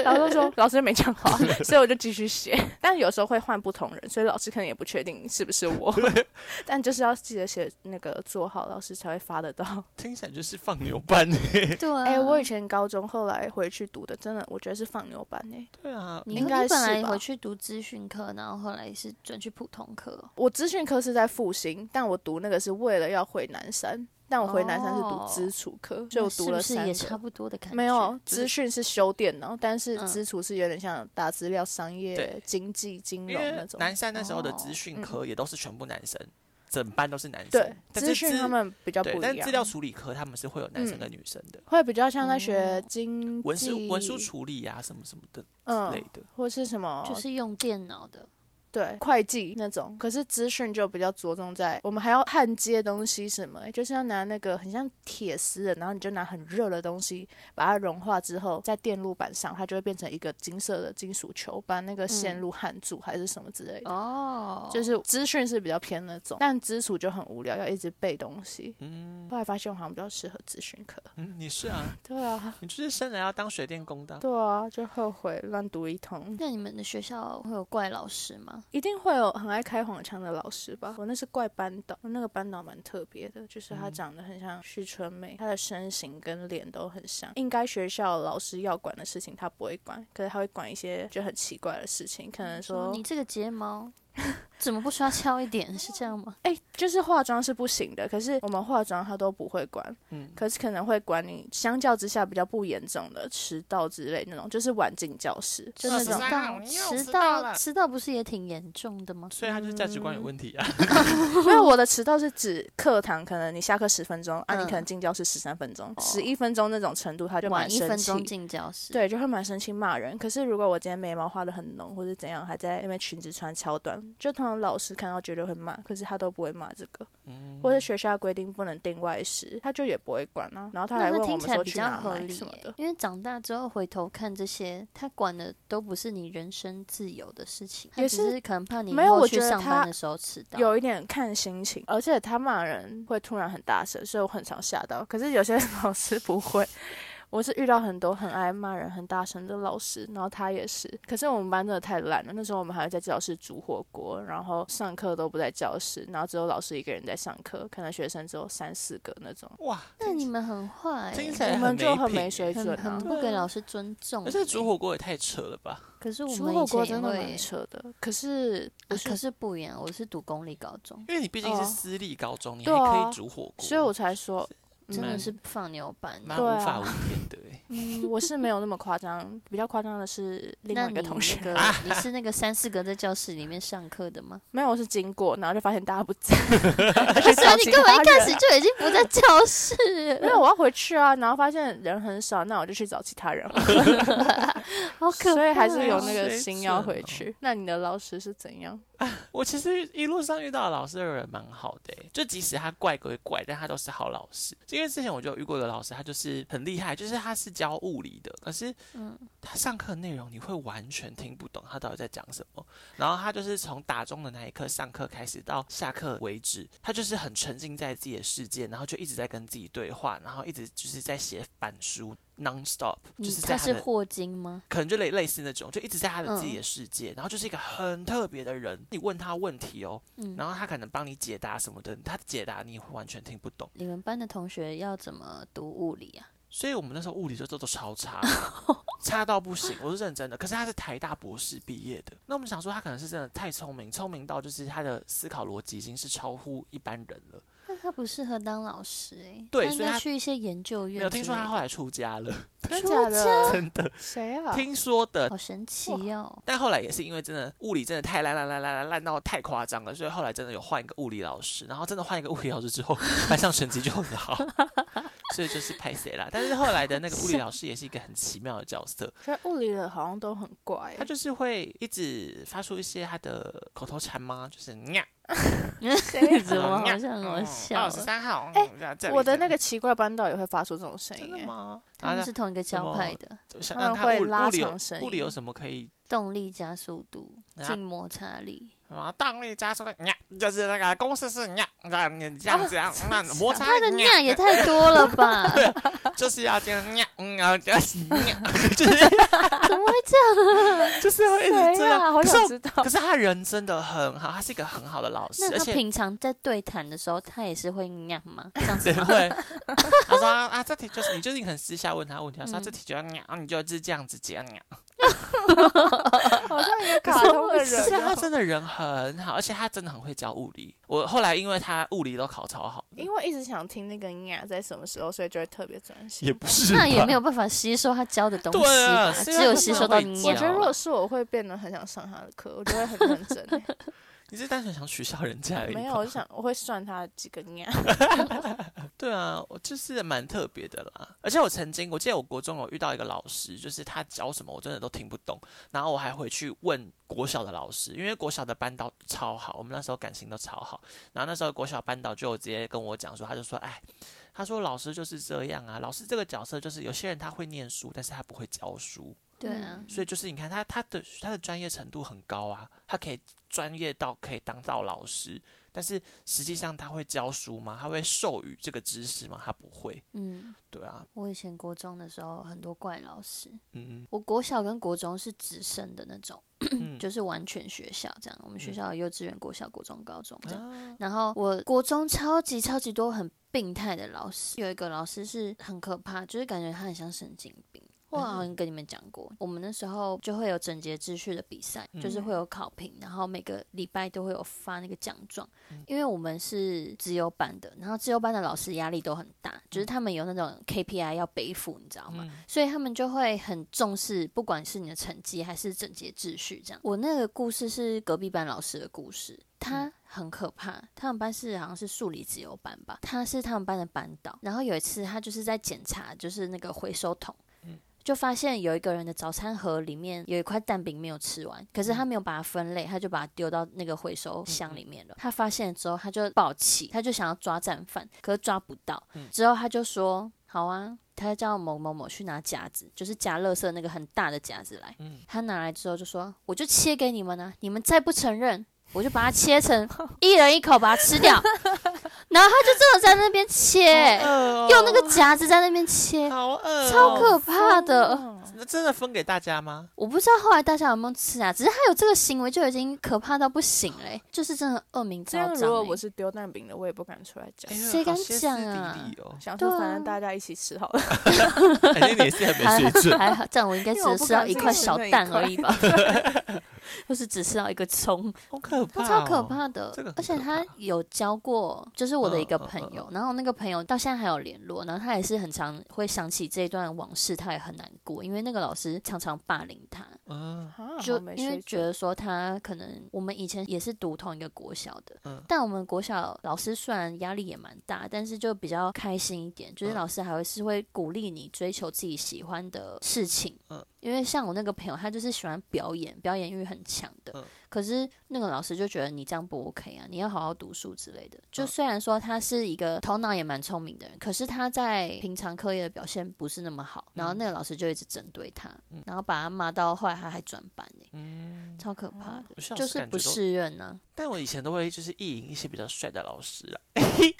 Speaker 3: 然后就说老师没讲话，所以我就继续写，但有时候会换不同人，所以老师可能也不确定是不是我， 但就是要记得写那个座号，老师才会发得到。
Speaker 2: 听起来就是放牛班。欸
Speaker 1: 对啊，
Speaker 3: 哎、我以前高中后来回去读的，真的我觉得是放牛班哎、
Speaker 2: 对啊，
Speaker 1: 你
Speaker 3: 应
Speaker 1: 你
Speaker 3: 该
Speaker 1: 本
Speaker 3: 是
Speaker 1: 来
Speaker 3: 吧
Speaker 1: 回去读资讯课，然后后来是转去普通课哦。
Speaker 3: 我资讯科是在复兴，但我读那个是为了要回南山，但我回南山是读
Speaker 1: 哦
Speaker 3: 资础科，
Speaker 1: 那
Speaker 3: 就是读
Speaker 1: 不
Speaker 3: 了
Speaker 1: 是
Speaker 3: 三
Speaker 1: 也
Speaker 3: 个。
Speaker 1: 差不多的感觉？
Speaker 3: 没有，
Speaker 1: 就
Speaker 3: 资
Speaker 1: 是
Speaker 3: 讯是修电脑，但是
Speaker 1: 嗯
Speaker 3: 资础是有点像打资料、商业
Speaker 2: 对、
Speaker 3: 经济、金
Speaker 2: 因
Speaker 3: 融那
Speaker 2: 为
Speaker 3: 种。
Speaker 2: 南山那时候的资
Speaker 1: 哦
Speaker 2: 讯
Speaker 3: 嗯
Speaker 2: 科也都是全部男生，整班都是男生
Speaker 3: 对，，
Speaker 2: 但
Speaker 3: 资
Speaker 2: 是
Speaker 3: 讯
Speaker 2: 资
Speaker 3: 他们比较不
Speaker 2: 对，
Speaker 3: 一
Speaker 2: 但
Speaker 3: 样
Speaker 2: 资，料处理科他们是会有男生跟
Speaker 3: 嗯
Speaker 2: 女生的，
Speaker 3: 会比较像在学
Speaker 1: 哦
Speaker 3: 经
Speaker 2: 文书文书
Speaker 3: 济
Speaker 2: 处理啊什么什么的之类
Speaker 3: 嗯，
Speaker 2: 的。
Speaker 3: 或是什么
Speaker 1: 就是用电脑的，
Speaker 3: 对会计那种，可是资讯就比较着重在我们还要焊接东西什么，就是要拿那个很像铁丝的，然后你就拿很热的东西把它融化之后，在电路板上它就会变成一个金色的金属球，把那个线路焊住还是什么之类的。
Speaker 1: 哦，
Speaker 3: 就是资讯是比较偏那种，但资础就很无聊，要一直背东西。
Speaker 2: 嗯
Speaker 3: 后来发现我好像比较适合资讯课。
Speaker 2: 嗯，你是啊，
Speaker 3: 对啊，
Speaker 2: 你就是生来要当水电工的啊。
Speaker 3: 对啊，就后悔乱读一通。
Speaker 1: 那你们的学校会有怪老师吗？
Speaker 3: 一定会有很爱开黄腔的老师吧？我那是怪班导，那个班导蛮特别的，就是她长得很像徐春梅，她的身形跟脸都很像。应该学校老师要管的事情她不会管，可是她会管一些就很奇怪的事情，可能
Speaker 1: 什么
Speaker 3: 说
Speaker 1: 嗯你这个睫毛怎么不刷翘一点？是这样吗？
Speaker 3: 哎、就是化妆是不行的，可是我们化妆她都不会管，
Speaker 2: 嗯，
Speaker 3: 可是可能会管你相较之下比较不严重的迟到之类那种，就是晚进教室，就那
Speaker 1: 迟
Speaker 3: 种
Speaker 2: 23啊
Speaker 1: 到，
Speaker 2: 你又
Speaker 1: 迟
Speaker 2: 迟到
Speaker 1: 到，
Speaker 2: 了
Speaker 1: 迟到不是也挺严重的吗？
Speaker 2: 所以他就是价值观有问题啊。
Speaker 3: 嗯没
Speaker 1: 嗯
Speaker 3: 有，我的迟到是指课堂，可能你下课十分钟，啊，你
Speaker 1: 嗯
Speaker 3: 可能进教室十三分钟、
Speaker 1: 哦
Speaker 3: 十一分钟那种程度，他就蛮
Speaker 1: 晚一
Speaker 3: 生
Speaker 1: 分钟
Speaker 3: 气。
Speaker 1: 进教室，，
Speaker 3: 对，就会蛮生气骂人。可是如果我今天眉毛画的很浓，或者怎样，还在那边裙子穿超短，就通常老师看到绝对会骂，可是他都不会骂这个。
Speaker 2: 嗯，
Speaker 3: 或者学校规定不能订外食，他就也不会管啊。然后他还
Speaker 1: 那
Speaker 3: 问
Speaker 1: 他听
Speaker 3: 我们
Speaker 1: 起来
Speaker 3: 说
Speaker 1: 比
Speaker 3: 去
Speaker 1: 较
Speaker 3: 哪
Speaker 1: 合
Speaker 3: 买
Speaker 1: 理
Speaker 3: 什么的
Speaker 1: 耶，。因为长大之后回头看这些，他管的都不是你人生自由的事情，他
Speaker 3: 也
Speaker 1: 只
Speaker 3: 是
Speaker 1: 是可能怕你
Speaker 3: 没
Speaker 1: 以
Speaker 3: 有
Speaker 1: 后
Speaker 3: 我
Speaker 1: 去
Speaker 3: 觉得
Speaker 1: 上
Speaker 3: 他
Speaker 1: 班的时候迟到。
Speaker 3: 有一点看心情，而且他骂人会突然很大声，所以我很常吓到。可是有些老师不会， 我是遇到很多很爱骂人、很大声的老师，然后他也是。可是我们班真的太烂了，那时候我们还会在教室煮火锅，然后上课都不在教室，然后只有老师一个人在上课，可能学生只有三四个那种，
Speaker 2: 哇，
Speaker 1: 那你们很坏
Speaker 2: 听
Speaker 1: 耶、
Speaker 2: 起来
Speaker 3: 我们就很
Speaker 2: 没品
Speaker 3: 没
Speaker 2: 耶
Speaker 3: 水准
Speaker 1: 很很
Speaker 3: 啊。
Speaker 1: 不
Speaker 2: 对
Speaker 1: 给
Speaker 2: 啊
Speaker 1: 老师尊重耶。欸
Speaker 2: 而且煮火锅也太扯了吧？
Speaker 1: 可是我
Speaker 3: 煮
Speaker 1: 们
Speaker 3: 火
Speaker 1: 以
Speaker 3: 锅
Speaker 1: 前也
Speaker 3: 真的
Speaker 1: 会欸
Speaker 3: 蛮，扯的，可是
Speaker 1: 啊
Speaker 3: 不
Speaker 1: 可
Speaker 3: 是，
Speaker 1: 是不一样，我是读公立高中，
Speaker 2: 因为你毕竟是
Speaker 3: 哦
Speaker 2: 私立高中，你还
Speaker 3: 对啊
Speaker 2: 可以煮火锅，
Speaker 3: 所以我才说，
Speaker 1: 真的
Speaker 2: 蛮
Speaker 1: 是放牛班。
Speaker 2: 蛮
Speaker 3: 对
Speaker 2: 无
Speaker 3: 啊
Speaker 2: 法无天的欸。
Speaker 3: 嗯，我是没有那么夸张，比较夸张的是另
Speaker 1: 那
Speaker 3: 外一
Speaker 1: 你
Speaker 3: 个
Speaker 1: 那
Speaker 3: 同学。
Speaker 1: 个 你是那个三四个在教室里面上课的吗？
Speaker 3: 没有，我是经过，然后就发现大家不 在，而且
Speaker 1: 所以你根本一开始
Speaker 3: 就
Speaker 1: 就已经不在教室
Speaker 3: 没
Speaker 1: 了，
Speaker 3: 有，我要回去啊，然后发现人很少，那我就去找其 他人了，
Speaker 1: 好可
Speaker 3: 所以还
Speaker 1: 怕
Speaker 3: 是有
Speaker 1: 哦
Speaker 3: 那个心要回
Speaker 2: 水
Speaker 3: 去。那你的老师是怎样？
Speaker 2: 我其实一路上遇到的老师的人蛮好的欸、就即使他怪归怪，但他都是好老师。因为之前我就有遇过的老师，他就是很厉害，就是他是教物理的，可是
Speaker 1: 嗯
Speaker 2: 他上课内容你会完全听不懂他到底在讲什么。然后他就是从打钟的那一刻上课开始到下课为止，他就是很沉浸在自己的世界，然后就一直在跟自己对话，然后一直就是在写板书，non stop，就
Speaker 1: 你
Speaker 2: 是在
Speaker 1: 他
Speaker 2: 他
Speaker 1: 是
Speaker 2: 的
Speaker 1: 霍金吗？
Speaker 2: 可能就类类似那种，就一直在他的自己
Speaker 1: 嗯
Speaker 2: 的世界，然后就是一个很特别的人。你问他问题哦，
Speaker 1: 嗯，
Speaker 2: 然后他可能帮你解答什么的，他解答你会完全听不懂。
Speaker 1: 你们班的同学要怎么读物理啊？
Speaker 2: 所以我们那时候物理就做的超差，差到不行，我是认真的。可是他是台大博士毕业的，那我们想说他可能是真的太聪明，聪明到就是他的思考逻辑已经是超乎一般人了。
Speaker 1: 那他不适合当老师哎、欸，
Speaker 2: 对
Speaker 1: 他应
Speaker 2: 所以
Speaker 1: 该
Speaker 2: 他
Speaker 1: 去一些研究
Speaker 2: 没
Speaker 1: 院之类的。
Speaker 2: 有听说他后来出家了，
Speaker 3: 真假的？真的？谁啊？
Speaker 2: 听说的。
Speaker 1: 好神奇 哦，
Speaker 2: 但后来也是因为真的物理真的太烂烂烂烂烂烂到太夸张了，所以后来真的有换一个物理老师，然后真的换一个物理老师之后，班上成绩就很 好，所以就是拍谁啦。但是后来的那个物理老师也是一个很奇妙的角 色，
Speaker 3: 可是物理的好像都很怪
Speaker 2: 他，就是会一直发出一些他的口头禅吗？就是呀，
Speaker 1: 谁怎么好
Speaker 2: 嗯
Speaker 1: 像我
Speaker 2: 嗯
Speaker 1: 笑啊
Speaker 2: 十
Speaker 1: 了？
Speaker 2: 三号，
Speaker 3: 哎
Speaker 2: 嗯这里
Speaker 3: 我的
Speaker 2: 这
Speaker 3: 那
Speaker 2: 里
Speaker 3: 个奇怪班导也会发出这种声
Speaker 2: 真
Speaker 3: 音
Speaker 2: 的
Speaker 3: 欸，
Speaker 2: 吗？
Speaker 1: 他
Speaker 2: 然
Speaker 1: 们
Speaker 2: 后
Speaker 1: 是同一个
Speaker 2: 什
Speaker 1: 教
Speaker 2: 么
Speaker 1: 派的，
Speaker 2: 就想
Speaker 3: 他
Speaker 2: 让
Speaker 3: 们
Speaker 2: 他
Speaker 3: 会
Speaker 2: 物
Speaker 3: 拉
Speaker 2: 物理有
Speaker 3: 长声
Speaker 2: 物理有
Speaker 3: 音
Speaker 2: 什么可以
Speaker 1: 动力加速度、
Speaker 2: 啊
Speaker 1: 静摩擦力。
Speaker 2: 啊？动力加速的呀，就是那个公式是呀，那你这
Speaker 3: 啊
Speaker 2: 样这 样，那摩擦
Speaker 1: 他的
Speaker 2: 呀
Speaker 1: 尿也太多了吧？
Speaker 2: 就是要这样呀，嗯，然后这样呀，就是
Speaker 1: 怎么会这
Speaker 2: 就是会一直这
Speaker 3: 谁啊？
Speaker 2: 样。
Speaker 3: 好
Speaker 2: 可是
Speaker 3: 想
Speaker 2: 我
Speaker 3: 知道。
Speaker 2: 可是他人真的很好， 他是一个很好的老师，
Speaker 1: 样？
Speaker 2: 而
Speaker 1: 那他
Speaker 2: 且
Speaker 1: 平常在对谈的时候，他也是会尿 吗？这样子
Speaker 2: 谁会？他说啊啊，这题就是你就是你很私下问他问题，他说、啊
Speaker 1: 嗯
Speaker 2: 这题就要鸟，你就是这样子解鸟。
Speaker 3: 好像一个
Speaker 1: 可
Speaker 3: 卡
Speaker 1: 是
Speaker 3: 通
Speaker 1: 我
Speaker 3: 的
Speaker 1: 是
Speaker 2: 可是
Speaker 3: 人
Speaker 2: 他
Speaker 3: 哦。
Speaker 2: 真的人很好，而且他真的很会教物理。我后来因为他物理都考超好，
Speaker 3: 因为一直想听那个呀在什么时候，所以就会特别专心。
Speaker 2: 不是
Speaker 1: 那也没有办法吸收他教的东西
Speaker 2: 对啊
Speaker 1: 吧，
Speaker 2: 是
Speaker 1: 只
Speaker 2: 因为
Speaker 1: 有
Speaker 2: 他
Speaker 1: 吸
Speaker 2: 真的
Speaker 3: 啊
Speaker 1: 收到
Speaker 2: 会
Speaker 1: 尿。
Speaker 3: 我觉得
Speaker 2: 教
Speaker 3: 如果是我会变得很想上他的课，我就会很认真欸。
Speaker 2: 你是单纯想取笑人家而已吧。
Speaker 3: 没有，我就想我会算他几个年。
Speaker 2: 对啊，我就是蛮特别的啦。而且我曾经，我记得我国中有遇到一个老师，就是他教什么我真的都听不懂，然后我还回去问国小的老师，因为国小的班导超好，我们那时候感情都超好。然后那时候国小班导就有直接跟我讲说，他就说，哎。他说：“老师就是这样啊，老师这个角色就是有些人他会念书，但是他不会教书，
Speaker 1: 对啊，
Speaker 2: 所以就是你看他他的他的专业程度很高啊，他可以专业到可以当到老师，但是实际上他会教书吗？他会授予这个知识吗？他不会，
Speaker 1: 嗯，
Speaker 2: 对啊，
Speaker 1: 我以前国中的时候很多怪老师，
Speaker 2: 嗯
Speaker 1: 我国小跟国中是直升的那种，
Speaker 2: 嗯，
Speaker 1: 就是完全学校这样，我们学校有幼稚园、国小、国中、高中这样。
Speaker 2: 啊
Speaker 1: 然后我国中超级超级多很病态的老师，有一个老师是很可怕，就是感觉他很像神经病。我
Speaker 2: 嗯
Speaker 1: 好像跟你们讲过，我们那时候就会有整洁秩序的比赛，就是
Speaker 2: 嗯
Speaker 1: 会有考评，然后每个礼拜都会有发那个奖状。
Speaker 2: 嗯
Speaker 1: 因为我们是自由班的，然后自由班的老师压力都很大，
Speaker 2: 嗯
Speaker 1: 就是他们有那种 KPI 要背负，你知道吗？所以他们就会很重视，不管是你的成绩还是整洁秩序这样。我那个故事是隔壁班老师的故事，他很可怕。他们班是好像是数理自由班吧，他是他们班的班导。然后有一次他就是在检查，就是那个回收桶。就发现有一个人的早餐盒里面有一块蛋饼没有吃完，可是他没有把它分类，他就把它丢到那个回收箱里面了。他发现了之后，他就暴气，他就想要抓战犯，可是抓不到。之后他就说：“好啊。”他叫某某某去拿夹子，就是夹垃圾那个很大的夹子来。
Speaker 3: 嗯
Speaker 1: 他拿来之后就说：“我就切给你们啊，你们再不承认，我就把它切成一人一口，把它吃掉。”然后他就真的在那边切，
Speaker 2: 饿哦
Speaker 1: 用那个夹子在那边切，
Speaker 2: 好饿、
Speaker 3: 哦
Speaker 2: 哦
Speaker 1: 超可怕的。
Speaker 2: 那真的分给大家吗？
Speaker 1: 我不知道后来大家有没有吃啊，只是他有这个行为就已经可怕到不行嘞、就是真的恶名
Speaker 3: 这
Speaker 1: 昭
Speaker 3: 样
Speaker 1: 彰、
Speaker 3: 如果我
Speaker 1: 欸
Speaker 3: 是丢蛋饼的，我也不敢出来讲
Speaker 2: 哎。呦
Speaker 1: 谁
Speaker 2: 好
Speaker 1: 敢
Speaker 2: 歇斯
Speaker 1: 讲
Speaker 2: 底
Speaker 1: 啊
Speaker 2: 里 哦，
Speaker 3: 想
Speaker 1: 对
Speaker 3: 说
Speaker 1: 啊
Speaker 3: 反正大家一起吃好了。
Speaker 2: 感觉你也是很没水
Speaker 1: 还
Speaker 2: 准。
Speaker 1: 还好，这样我应该只
Speaker 3: 因为我
Speaker 1: 有
Speaker 3: 不
Speaker 1: 吃到
Speaker 3: 敢
Speaker 1: 一
Speaker 3: 自己
Speaker 1: 块
Speaker 3: 吃
Speaker 1: 小
Speaker 3: 那一
Speaker 1: 蛋
Speaker 3: 块
Speaker 1: 而已 吧，或是只吃到一个葱，
Speaker 2: 好可怕、
Speaker 1: 他超
Speaker 2: 哦，
Speaker 1: 可怕的
Speaker 2: 这个。很
Speaker 1: 而且
Speaker 2: 可
Speaker 1: 他
Speaker 2: 怕
Speaker 1: 有交过，就是我的一个
Speaker 2: 嗯嗯
Speaker 1: 朋
Speaker 2: 嗯
Speaker 1: 友，然后那个朋友到现在还有联络，然后他也是很常会想起这一段往事，他也很难过，因为那个老师常常霸凌他。
Speaker 2: 嗯
Speaker 3: 啊
Speaker 1: 就
Speaker 3: 好没
Speaker 1: 因为
Speaker 3: 水
Speaker 1: 觉
Speaker 3: 准
Speaker 1: 得说他可能我们以前也是读同一个国小的，
Speaker 2: 嗯
Speaker 1: 但我们国小老师虽然压力也蛮大，但是就比较开心一点，就是
Speaker 2: 嗯
Speaker 1: 老师还会是会鼓励你追求自己喜欢的事情，
Speaker 2: 嗯
Speaker 1: 因为像我那个朋友，他就是喜欢表演，表演欲很强的，
Speaker 2: 嗯
Speaker 1: 可是那个老师就觉得你这样不 OK 啊，你要好好读书之类的。就
Speaker 2: 嗯
Speaker 1: 虽然说他是一个头脑也蛮聪明的人，可是他在平常课业的表现不是那么好，
Speaker 2: 嗯
Speaker 1: 然后那个老师就一直针对他，然后把他骂到后来他还转班呢、
Speaker 2: 嗯，
Speaker 1: 超可怕的，
Speaker 3: 哦
Speaker 2: 我像
Speaker 1: 就是是
Speaker 2: 感
Speaker 1: 不
Speaker 2: 觉都
Speaker 1: 适任啊呢、
Speaker 2: 但我以前都会就是意淫一些比较帅的老师啊，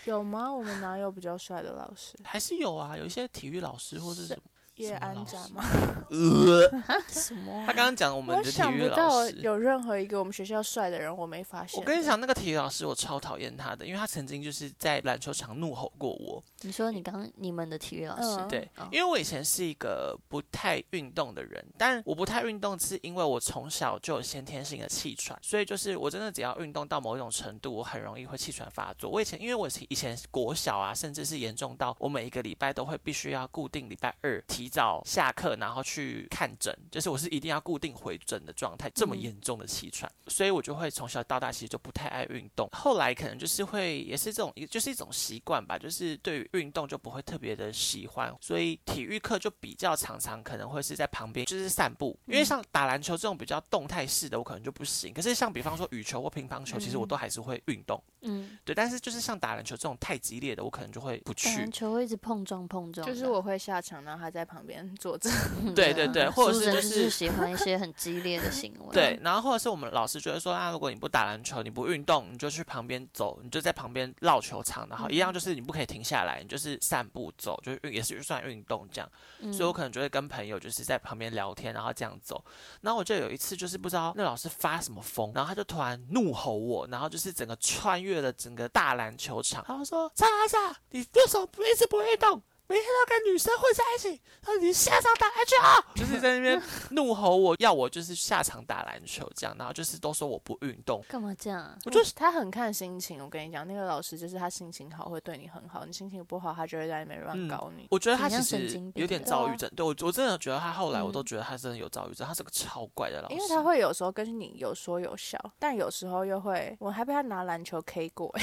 Speaker 3: 有吗？我们哪有比较帅的老师？
Speaker 2: 还是有啊，有一些体育老师或是什么。
Speaker 3: 叶
Speaker 2: 么
Speaker 3: 安
Speaker 2: 老
Speaker 3: 展
Speaker 2: 师
Speaker 3: 吗？
Speaker 2: 呃，
Speaker 1: 什么
Speaker 2: 他
Speaker 1: 啊、
Speaker 2: 刚刚讲我们
Speaker 3: 我
Speaker 2: 的体
Speaker 3: 想
Speaker 2: 育
Speaker 3: 不到
Speaker 2: 老师，
Speaker 3: 有任何一个我们学校帅的人，我没发现。
Speaker 2: 我跟你，讲，那个体育老师我超讨厌他的，因为他曾经就是在篮球场怒吼过我。
Speaker 1: 你说你刚你们的体育老师，
Speaker 3: 嗯
Speaker 2: 对
Speaker 1: 哦，
Speaker 2: 因为我以前是一个不太运动的人，但我不太运动是因为我从小就有先天性的气喘，所以就是我真的只要运动到某一种程度，我很容易会气喘发作。我以前因为我以前国小啊，甚至是严重到我每一个礼拜都会必须要固定礼拜二提早下课，然后去看诊，就是我是一定要固定回诊的状态，这么
Speaker 1: 嗯
Speaker 2: 严重的气喘，所以我就会从小到大其实就不太爱运动。后来可能就是会也是这种，就是一种习惯吧，就是对于运动就不会特别的喜欢，所以体育课就比较常常可能会是在旁边就是散步，因为像打篮球这种比较动态式的我可能就不行，可是像比方说羽球或乒乓球，其实我都还是会运动，
Speaker 1: 嗯，
Speaker 2: 对，但是就是像打篮球这种太激烈的，我可能就会不
Speaker 1: 打
Speaker 2: 去
Speaker 1: 篮。球会一直碰撞碰撞的
Speaker 3: 就
Speaker 1: 啊，
Speaker 3: 是我会下场，然后他在旁边坐着。
Speaker 2: 对对对，或者
Speaker 1: 苏
Speaker 2: 是
Speaker 1: 神
Speaker 2: 就
Speaker 1: 就是喜欢一些很激烈的行为，
Speaker 2: 对，，然后或者是我们老师觉得说啊，如果你不打篮球，你不运动，你就去旁边走，你就在旁边绕球场，然后一样就是你不可以停下来，你就是散步走，就是运也是算运动这样。
Speaker 1: 嗯
Speaker 2: 所以我可能就会跟朋友就是在旁边聊天，然后这样走。然后我就有一次就是不知道那老师发什么疯，然后他就突然怒吼我，然后就是整个穿越了整个大篮球场，然后说：“莎莎，你为什么不一直不运动？”每天都跟女生混在一起，然后你下场打 篮球，就是在那边怒吼我，要我就是下场打篮球这样，然后就是都说我不运动，
Speaker 1: 干嘛这样啊？
Speaker 2: 我就
Speaker 3: 哎他很看心情，我跟你讲，那个老师就是他心情好会对你很好，你心情不好，他就会在那边乱
Speaker 2: 嗯
Speaker 3: 搞你。
Speaker 2: 我觉得他
Speaker 1: 挺
Speaker 2: 其
Speaker 1: 像神
Speaker 2: 实
Speaker 1: 经
Speaker 2: 有
Speaker 1: 病
Speaker 2: 点
Speaker 1: 的
Speaker 2: 躁郁
Speaker 3: 对啊
Speaker 2: 症，对我我真的觉得他后来我都
Speaker 1: 嗯
Speaker 2: 觉得他真的有躁郁症，他是个超怪的老师，
Speaker 3: 因为他会有时候跟你有说有笑，但有时候又会，我还被他拿篮球 K 过、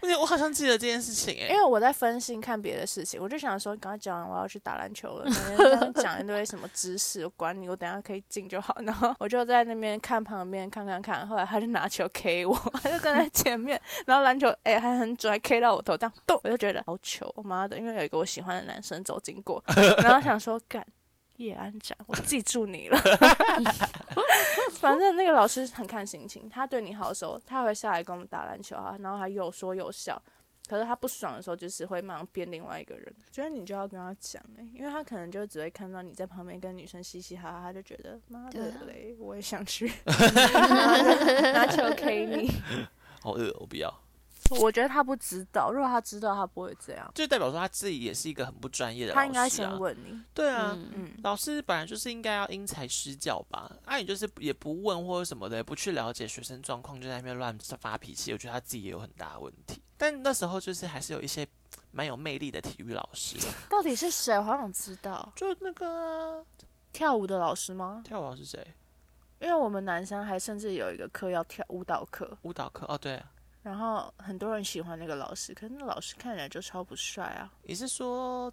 Speaker 2: 我我好像记得这件事情哎、
Speaker 3: 因为我在分心看别的事情，我就想说，赶快讲完，我要去打篮球了。然后在那边讲一堆什么知识，我管你，我等一下可以进就好。然后我就在那边看旁边看看看，后来他就拿球 K 我， 他就站在前面，然后篮球哎、还很准，还 K 到我头，这样咚，我就觉得好糗，妈的！因为有一个我喜欢的男生走经过， 然后想说干。叶安展，我记住你 了。反正那个老师很看心情，他对你好的时候，他会下来跟我们打篮球啊，然后还有说有笑。可是他不爽的时候，就是会马上变另外一个人。觉得你就要跟他讲、欸、因为他可能就只会看到你在旁边跟女生嘻嘻哈哈，他就觉得妈的
Speaker 1: 对啊
Speaker 3: 嘞，我也想去， 拿球 K 你。
Speaker 2: 好恶，我不要，
Speaker 3: 我觉得他不知道，如果他知道，他不会这样。
Speaker 2: 就代表说他自己也是一个很不专业的老
Speaker 3: 他
Speaker 2: 师、啊，
Speaker 3: 应该先问你，
Speaker 2: 对啊。
Speaker 1: 嗯，
Speaker 3: 嗯，
Speaker 2: 老师本来就是应该要因材施教吧，啊，你就是也不问或者什么的，也不去了解学生状况，就在那边乱发脾气，我觉得他自己也有很大的问题。但那时候就是还是有一些蛮有魅力的体育老师，
Speaker 3: 到底是谁？我好想知道。
Speaker 2: 就那个啊
Speaker 3: 跳舞的老师吗？
Speaker 2: 跳舞老师谁？
Speaker 3: 因为我们男生还甚至有一个课要跳舞蹈课，
Speaker 2: 舞蹈课哦，对，
Speaker 3: 然后很多人喜欢那个老师，可是那老师看起来就超不帅啊，
Speaker 2: 你是说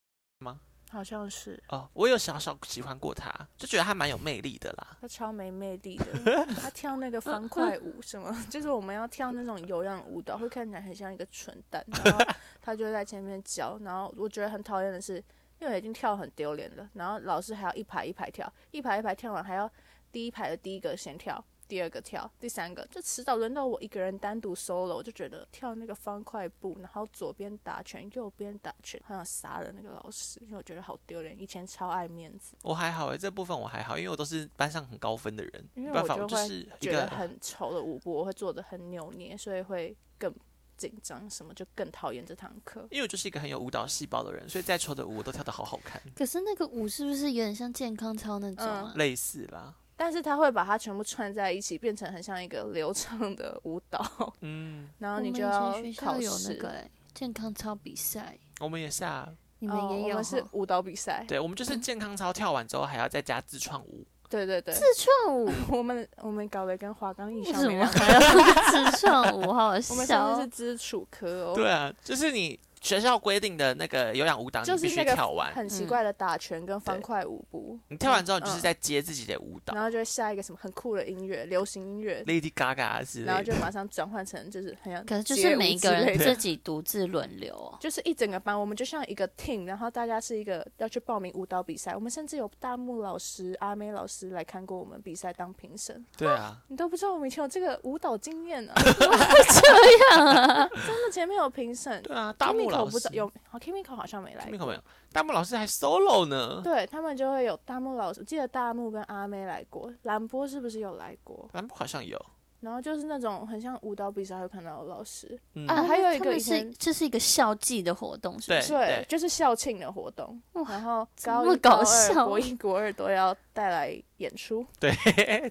Speaker 3: 好像是
Speaker 2: 哦，我有小小喜欢过他，就觉得他蛮有魅力的啦。
Speaker 3: 他超没魅力的， 他跳那个方块舞什么， 就是我们要跳那种有氧舞蹈，会看起来很像一个蠢蛋，然后他就在前面教，然后我觉得很讨厌的是，因为我已经跳很丢脸了，然后老师还要一排一排跳，一排一排跳完还要第一排的第一个先跳。第二个跳，第三个，就迟早轮到我一个人单独 solo，我就觉得跳那个方块步，然后左边打拳，右边打拳，好想杀了那个老师，因为我觉得好丢脸，以前超爱面子。
Speaker 2: 我还好诶，欸这部分我还好，因为我都是班上很高分的人，
Speaker 3: 因为
Speaker 2: 没办
Speaker 3: 我
Speaker 2: 法，
Speaker 3: 就
Speaker 2: 我就
Speaker 3: 会
Speaker 2: 是一
Speaker 3: 觉
Speaker 2: 个
Speaker 3: 得很丑的舞步，我会做的很扭捏，所以会更紧张，什么就更讨厌这堂课。
Speaker 2: 因为我就是一个很有舞蹈细胞的人，所以再丑的舞我都跳得好好看，
Speaker 1: 可是那个舞是不是有点像健康操那种啊？
Speaker 3: 嗯
Speaker 2: 类似啦。
Speaker 3: 但是他会把它全部串在一起，变成很像一个流畅的舞蹈，
Speaker 2: 嗯，
Speaker 3: 然
Speaker 1: 我
Speaker 3: 后
Speaker 1: 们
Speaker 3: 你
Speaker 1: 以前
Speaker 3: 就要
Speaker 1: 学
Speaker 3: 考
Speaker 1: 校有那
Speaker 3: 试。
Speaker 1: 个、欸、健康操比赛，
Speaker 2: 我们也下，
Speaker 1: 你们
Speaker 3: 哦
Speaker 1: 也
Speaker 3: 我
Speaker 1: 有
Speaker 3: 们是
Speaker 1: 吼
Speaker 3: 舞蹈比赛，
Speaker 2: 对我们就是健康操跳完之后还要再加自创舞，
Speaker 3: 对对对，
Speaker 1: 自创舞？
Speaker 3: 我们我们搞得跟华冈艺
Speaker 1: 为
Speaker 3: 校
Speaker 1: 什
Speaker 3: 没
Speaker 1: 么
Speaker 3: 两样
Speaker 1: 还要 自创舞？好好
Speaker 3: 我们
Speaker 1: 笑
Speaker 3: 上次是
Speaker 1: 哦！
Speaker 3: 基础科哦，
Speaker 2: 对啊，就是你学校规定的那个有氧舞蹈，
Speaker 3: 就
Speaker 2: 你必
Speaker 3: 是
Speaker 2: 须
Speaker 3: 那个
Speaker 2: 跳完，
Speaker 3: 很奇
Speaker 1: 嗯
Speaker 3: 怪的打拳跟方
Speaker 2: 对
Speaker 3: 块舞步，
Speaker 2: 你跳完之后你就是
Speaker 3: 嗯
Speaker 2: 在接自己的舞蹈
Speaker 3: 然后就会下一个什么很酷的音乐，流行音乐，
Speaker 2: ，Lady Gaga 啊之
Speaker 3: 然后
Speaker 2: 类
Speaker 3: 就
Speaker 2: 的。
Speaker 3: 马上转换成就是很像，
Speaker 1: 可是就是每一个人
Speaker 2: 的
Speaker 1: 自己独自轮流哦。
Speaker 3: 就是一整个班，我们就像一个 team，然后大家是一个要去报名舞蹈比赛，我们甚至有大木老师、阿妹老师来看过我们比赛当评审，
Speaker 2: 对啊，
Speaker 3: 你都不知道我们以前有这个舞蹈 经验呢、啊，这样啊，真的前面有评审
Speaker 2: 对啊，大木
Speaker 3: ，Kimiko
Speaker 2: 老
Speaker 3: 不知
Speaker 2: 师
Speaker 3: 道有，好 Kimiko 好像没来
Speaker 2: Kimiko 没
Speaker 3: 过
Speaker 2: 有，，大木老师还 solo 呢。
Speaker 3: 对他们就会有大木老师，我记得大木跟阿妹来过，兰波是不是有来过？
Speaker 2: 兰博好像有，
Speaker 3: 然后就是那种很像舞蹈比赛会看到的老师，
Speaker 2: 嗯，
Speaker 1: 啊，
Speaker 3: 还有一
Speaker 1: 他
Speaker 3: 个
Speaker 1: 们
Speaker 3: 以
Speaker 1: 是
Speaker 3: 前
Speaker 1: 这是一个校际的活动，是不是？
Speaker 3: 对
Speaker 2: 对，
Speaker 3: 就是校庆的活动，
Speaker 1: 哇
Speaker 3: 然后
Speaker 1: 怎
Speaker 3: 高
Speaker 1: 么
Speaker 3: 一、
Speaker 1: 搞
Speaker 3: 高二、
Speaker 1: 笑
Speaker 3: 国一、国二都要带来演出，
Speaker 2: 对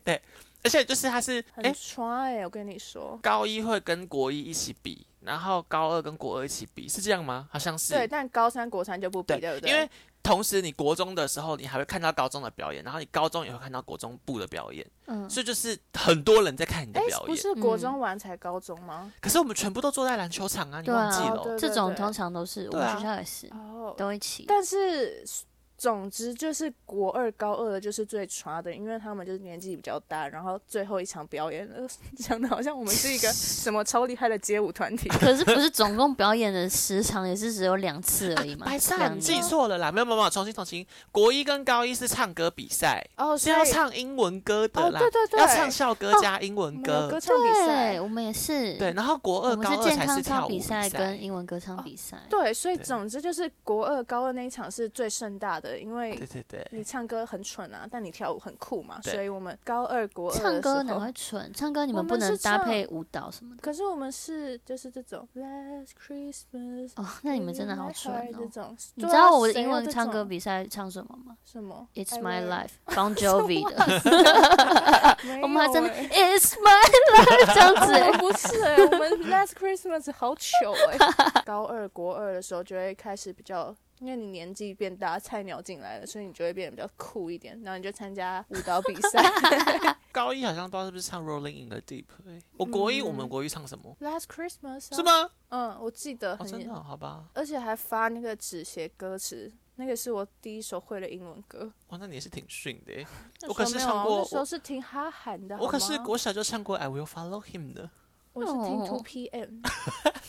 Speaker 2: 对，而且就是他是哎、
Speaker 3: 很穿哎、我跟你说。
Speaker 2: 高一会跟国一一起比，然后高二跟国二一起比，是这样吗？好像是
Speaker 3: 对，但高三、国三就不比，
Speaker 2: 对
Speaker 3: 对不对？
Speaker 2: 因为同时你国中的时候，你还会看到高中的表演，然后你高中也会看到国中部的表演，
Speaker 1: 嗯，
Speaker 2: 所以就是很多人在看你的
Speaker 3: 哎，
Speaker 2: 表
Speaker 3: 不
Speaker 2: 演。
Speaker 3: 是国
Speaker 1: 嗯
Speaker 3: 中完才高中吗？
Speaker 2: 可是我们全部都坐在篮球场啊，你
Speaker 1: 对啊
Speaker 2: 忘记了哦、
Speaker 3: 对
Speaker 1: 这
Speaker 3: 对
Speaker 1: 种
Speaker 3: 对
Speaker 1: 通常都是我
Speaker 2: 对啊
Speaker 1: 们学校也是
Speaker 3: 哦，
Speaker 1: 都一起。
Speaker 3: 但是总之就是国二、高二的就是最差的，因为他们就是年纪比较大，然后最后一场表演了， 讲的好像我们是 一个什么超厉害的街舞团体。
Speaker 1: 可是不是总共表演的时长也是只有两次而已 嘛？
Speaker 2: 白痴啊，
Speaker 1: 两
Speaker 2: 你记
Speaker 1: 年。
Speaker 2: 错了啦！没有没有没有，重新重新。国一跟高一是唱歌比赛，
Speaker 3: 哦，
Speaker 2: 是
Speaker 3: 所以
Speaker 2: 要唱英文歌的
Speaker 3: 哦，
Speaker 2: 啦，
Speaker 3: 对对对，
Speaker 2: 要唱校歌
Speaker 3: 哦
Speaker 2: 加英
Speaker 3: 我
Speaker 2: 文
Speaker 3: 们
Speaker 2: 歌。
Speaker 3: 有歌唱比赛
Speaker 1: 对，，我们也是。
Speaker 2: 对，，然后国
Speaker 1: 我
Speaker 2: 二、
Speaker 1: 们
Speaker 2: 高
Speaker 1: 是
Speaker 2: 二
Speaker 1: 健
Speaker 2: 才
Speaker 1: 康
Speaker 2: 跳
Speaker 1: 操
Speaker 2: 舞
Speaker 1: 比
Speaker 2: 赛
Speaker 1: 跟英文歌唱比赛。
Speaker 3: 对，所以
Speaker 2: 对
Speaker 3: 总之就是国二、高二那一场是最盛大的，因为
Speaker 2: 对对对，
Speaker 3: 你唱歌很蠢啊，但你跳舞很酷嘛，
Speaker 2: 对
Speaker 3: 所以我们高二国二
Speaker 1: 唱
Speaker 3: 的
Speaker 1: 歌
Speaker 3: 时
Speaker 1: 哪
Speaker 3: 候
Speaker 1: 会。蠢？唱歌你
Speaker 3: 我
Speaker 1: 们不
Speaker 3: 们是
Speaker 1: 能搭
Speaker 3: 唱
Speaker 1: 配舞蹈什么的
Speaker 3: 可是我们是就是这种 Last Christmas，
Speaker 1: 哦。那你
Speaker 3: in
Speaker 1: 们真的
Speaker 3: my
Speaker 1: 好蠢
Speaker 3: heart 这
Speaker 1: 哦！
Speaker 3: 种，
Speaker 1: 你
Speaker 3: 对
Speaker 1: 知
Speaker 3: 啊
Speaker 1: 道我的
Speaker 3: 谁
Speaker 1: 英
Speaker 3: 要
Speaker 1: 文
Speaker 3: 这
Speaker 1: 唱歌
Speaker 3: 种
Speaker 1: 比赛唱什么吗
Speaker 3: 什么
Speaker 1: ？It's
Speaker 3: I
Speaker 1: my
Speaker 3: will
Speaker 1: life，Bon Jovi 的。
Speaker 3: 没
Speaker 1: 我们还
Speaker 3: 有
Speaker 1: 真的
Speaker 3: 欸
Speaker 1: It's my life 这样子
Speaker 3: 我
Speaker 1: 欸
Speaker 3: 们。不是哎、我们 Last Christmas 好糗哎、 高二国二的时候就会开始比较，因为你年纪变大，菜鸟进来了，所以你就会变得比较酷一点，然后你就参加舞蹈比 赛。
Speaker 2: 高一好像不知道是不是唱 Rolling in the Deep，、欸、我国一、我们国一唱什么？
Speaker 3: Last Christmas 啊
Speaker 2: 是？吗？
Speaker 3: 嗯，我记得
Speaker 2: 哦，
Speaker 3: 很
Speaker 2: 真
Speaker 3: 严，
Speaker 2: 的哦、好吧。
Speaker 3: 而且还发那个纸写歌词。那个是我第一首会的英文歌，
Speaker 2: 哇，那你也是挺逊的欸。
Speaker 3: 那
Speaker 2: 我可
Speaker 3: 时
Speaker 2: 是
Speaker 3: 候没有啊
Speaker 2: 唱过
Speaker 3: 那时候是听哈韩的，
Speaker 2: 我可
Speaker 3: 啊好
Speaker 2: 是
Speaker 3: 吗
Speaker 2: 国小就唱过 I Will Follow Him 的。
Speaker 3: 我是听
Speaker 1: 哦
Speaker 3: Two PM，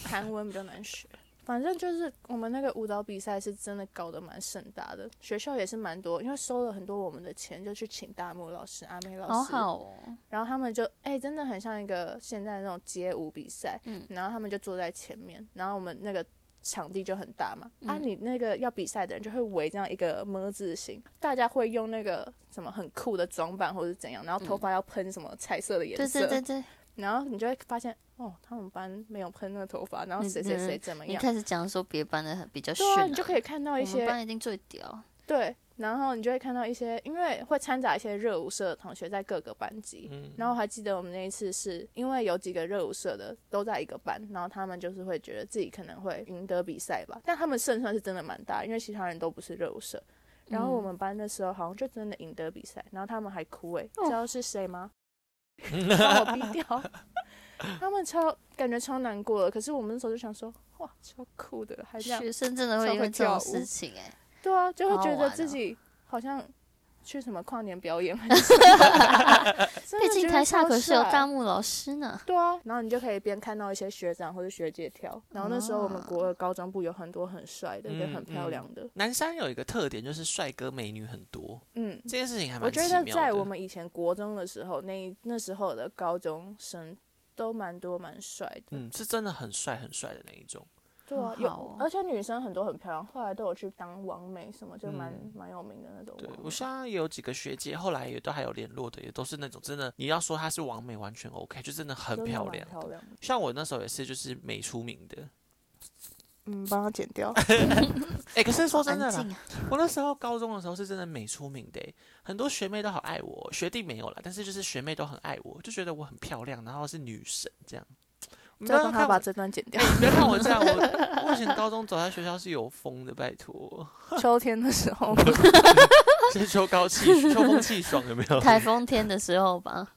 Speaker 3: 韩文比较难学。反正就是我们那个舞蹈比赛是真的搞得蛮盛大的，学校也是蛮多，因为收了很多我们的钱，就去请大木老师、阿妹老
Speaker 1: 好
Speaker 3: 师，
Speaker 1: 好哦，
Speaker 3: 然后他们就哎、真的很像一个现在那种街舞比赛，
Speaker 1: 嗯
Speaker 3: 然后他们就坐在前面，然后我们那个场地就很大嘛，啊，
Speaker 1: 嗯
Speaker 3: 你那个要比赛的人就会围这样一个么字形，大家会用那个什么很酷的装扮或者是怎样，然后头发要喷什么彩色的颜
Speaker 1: 嗯对
Speaker 3: 色，
Speaker 1: 对对对，
Speaker 3: 然后你就会发现，哦，他们班没有喷那个头发，然后
Speaker 1: 嗯
Speaker 3: 谁谁
Speaker 1: 嗯
Speaker 3: 谁怎么
Speaker 1: 你
Speaker 3: 样？
Speaker 1: 开始讲说别班的很比较逊、
Speaker 3: 对啊，你就可
Speaker 1: 以
Speaker 3: 以看到一
Speaker 1: 我们
Speaker 3: 些
Speaker 1: 班一定最屌，
Speaker 3: 对，然后你就会看到一些，因为会掺杂一些热舞社的同学在各个班级。
Speaker 2: 嗯，
Speaker 3: 然后我还记得我们那一次是因为有几个热舞社的都在一个班，然后他们就是会觉得自己可能会赢得比赛吧，但他们胜算是真的蛮大，因为其他人都不是热舞社。然
Speaker 1: 嗯
Speaker 3: 后我们班那时候好像就真的赢得比赛，然后他们还哭诶、
Speaker 1: 哦
Speaker 3: 知道是 谁吗？把我逼掉。 他们超感觉超难过了，可是我们那时候就想说，哇，超酷的，还这
Speaker 1: 嗯
Speaker 3: 样，
Speaker 1: 学生真的
Speaker 3: 超
Speaker 1: 会因
Speaker 3: 会
Speaker 1: 为这
Speaker 3: 跳
Speaker 1: 种
Speaker 3: 舞
Speaker 1: 事情哎、
Speaker 3: 对啊，就会
Speaker 1: 好好
Speaker 3: 觉得
Speaker 1: 玩哦
Speaker 3: 自己好像去什么跨年表演还是 什么，真的
Speaker 1: 毕竟
Speaker 3: 觉得
Speaker 1: 台下
Speaker 3: 超
Speaker 1: 可是有
Speaker 3: 帅
Speaker 1: 大木老师呢。
Speaker 3: 对啊，然后你就可以边看到一些学长或者学姐跳，然后那时候我们
Speaker 1: 啊
Speaker 3: 国二高中部有很多很帅的跟
Speaker 2: 嗯
Speaker 3: 很
Speaker 2: 嗯
Speaker 3: 漂亮的，
Speaker 2: 南山有一个特点就是帅哥美女很多，
Speaker 3: 嗯，
Speaker 2: 这件事情还
Speaker 3: 我
Speaker 2: 蛮奇
Speaker 3: 觉
Speaker 2: 妙
Speaker 3: 得
Speaker 2: 的。
Speaker 3: 在我们以前国中的时候，那一那时候的高中生都蛮多蛮帅的，
Speaker 2: 嗯是真的很帅很帅的那一种。
Speaker 3: 对啊，
Speaker 1: 很
Speaker 3: 有，
Speaker 1: 好哦
Speaker 3: 而且女生很多很漂亮，后来都有去当王美什么，就蛮
Speaker 2: 嗯
Speaker 3: 蛮、有名的那种
Speaker 2: 对
Speaker 3: 王美。
Speaker 2: 我现在也有几个学姐，后来也都还有联络的，也都是那种真的你要说她是完美完全 OK，就真的很
Speaker 3: 真的
Speaker 2: 漂
Speaker 3: 蛮
Speaker 2: 亮。
Speaker 3: 漂亮的。
Speaker 2: 像我那时候也是，就是美出名的。
Speaker 3: 嗯，帮她剪 掉。
Speaker 2: 哎、可是说真的
Speaker 1: 安
Speaker 2: 啦，
Speaker 1: 静啊，
Speaker 2: 我那时候高中的时候是真的美出名的欸，很多学妹都好爱我，学弟没有啦，但是就是学妹都很爱我，就觉得我很漂亮，然后是女神这样。不
Speaker 3: 再
Speaker 2: 要
Speaker 3: 帮她
Speaker 2: 看
Speaker 3: 把
Speaker 2: 我，
Speaker 3: 这段剪 掉。
Speaker 2: 不要看我这样，我 我以前高中走在学校是有风的，拜托，
Speaker 3: 秋天的时候，
Speaker 2: 是秋高气秋风气爽有没有？
Speaker 1: 台风天的时候吧，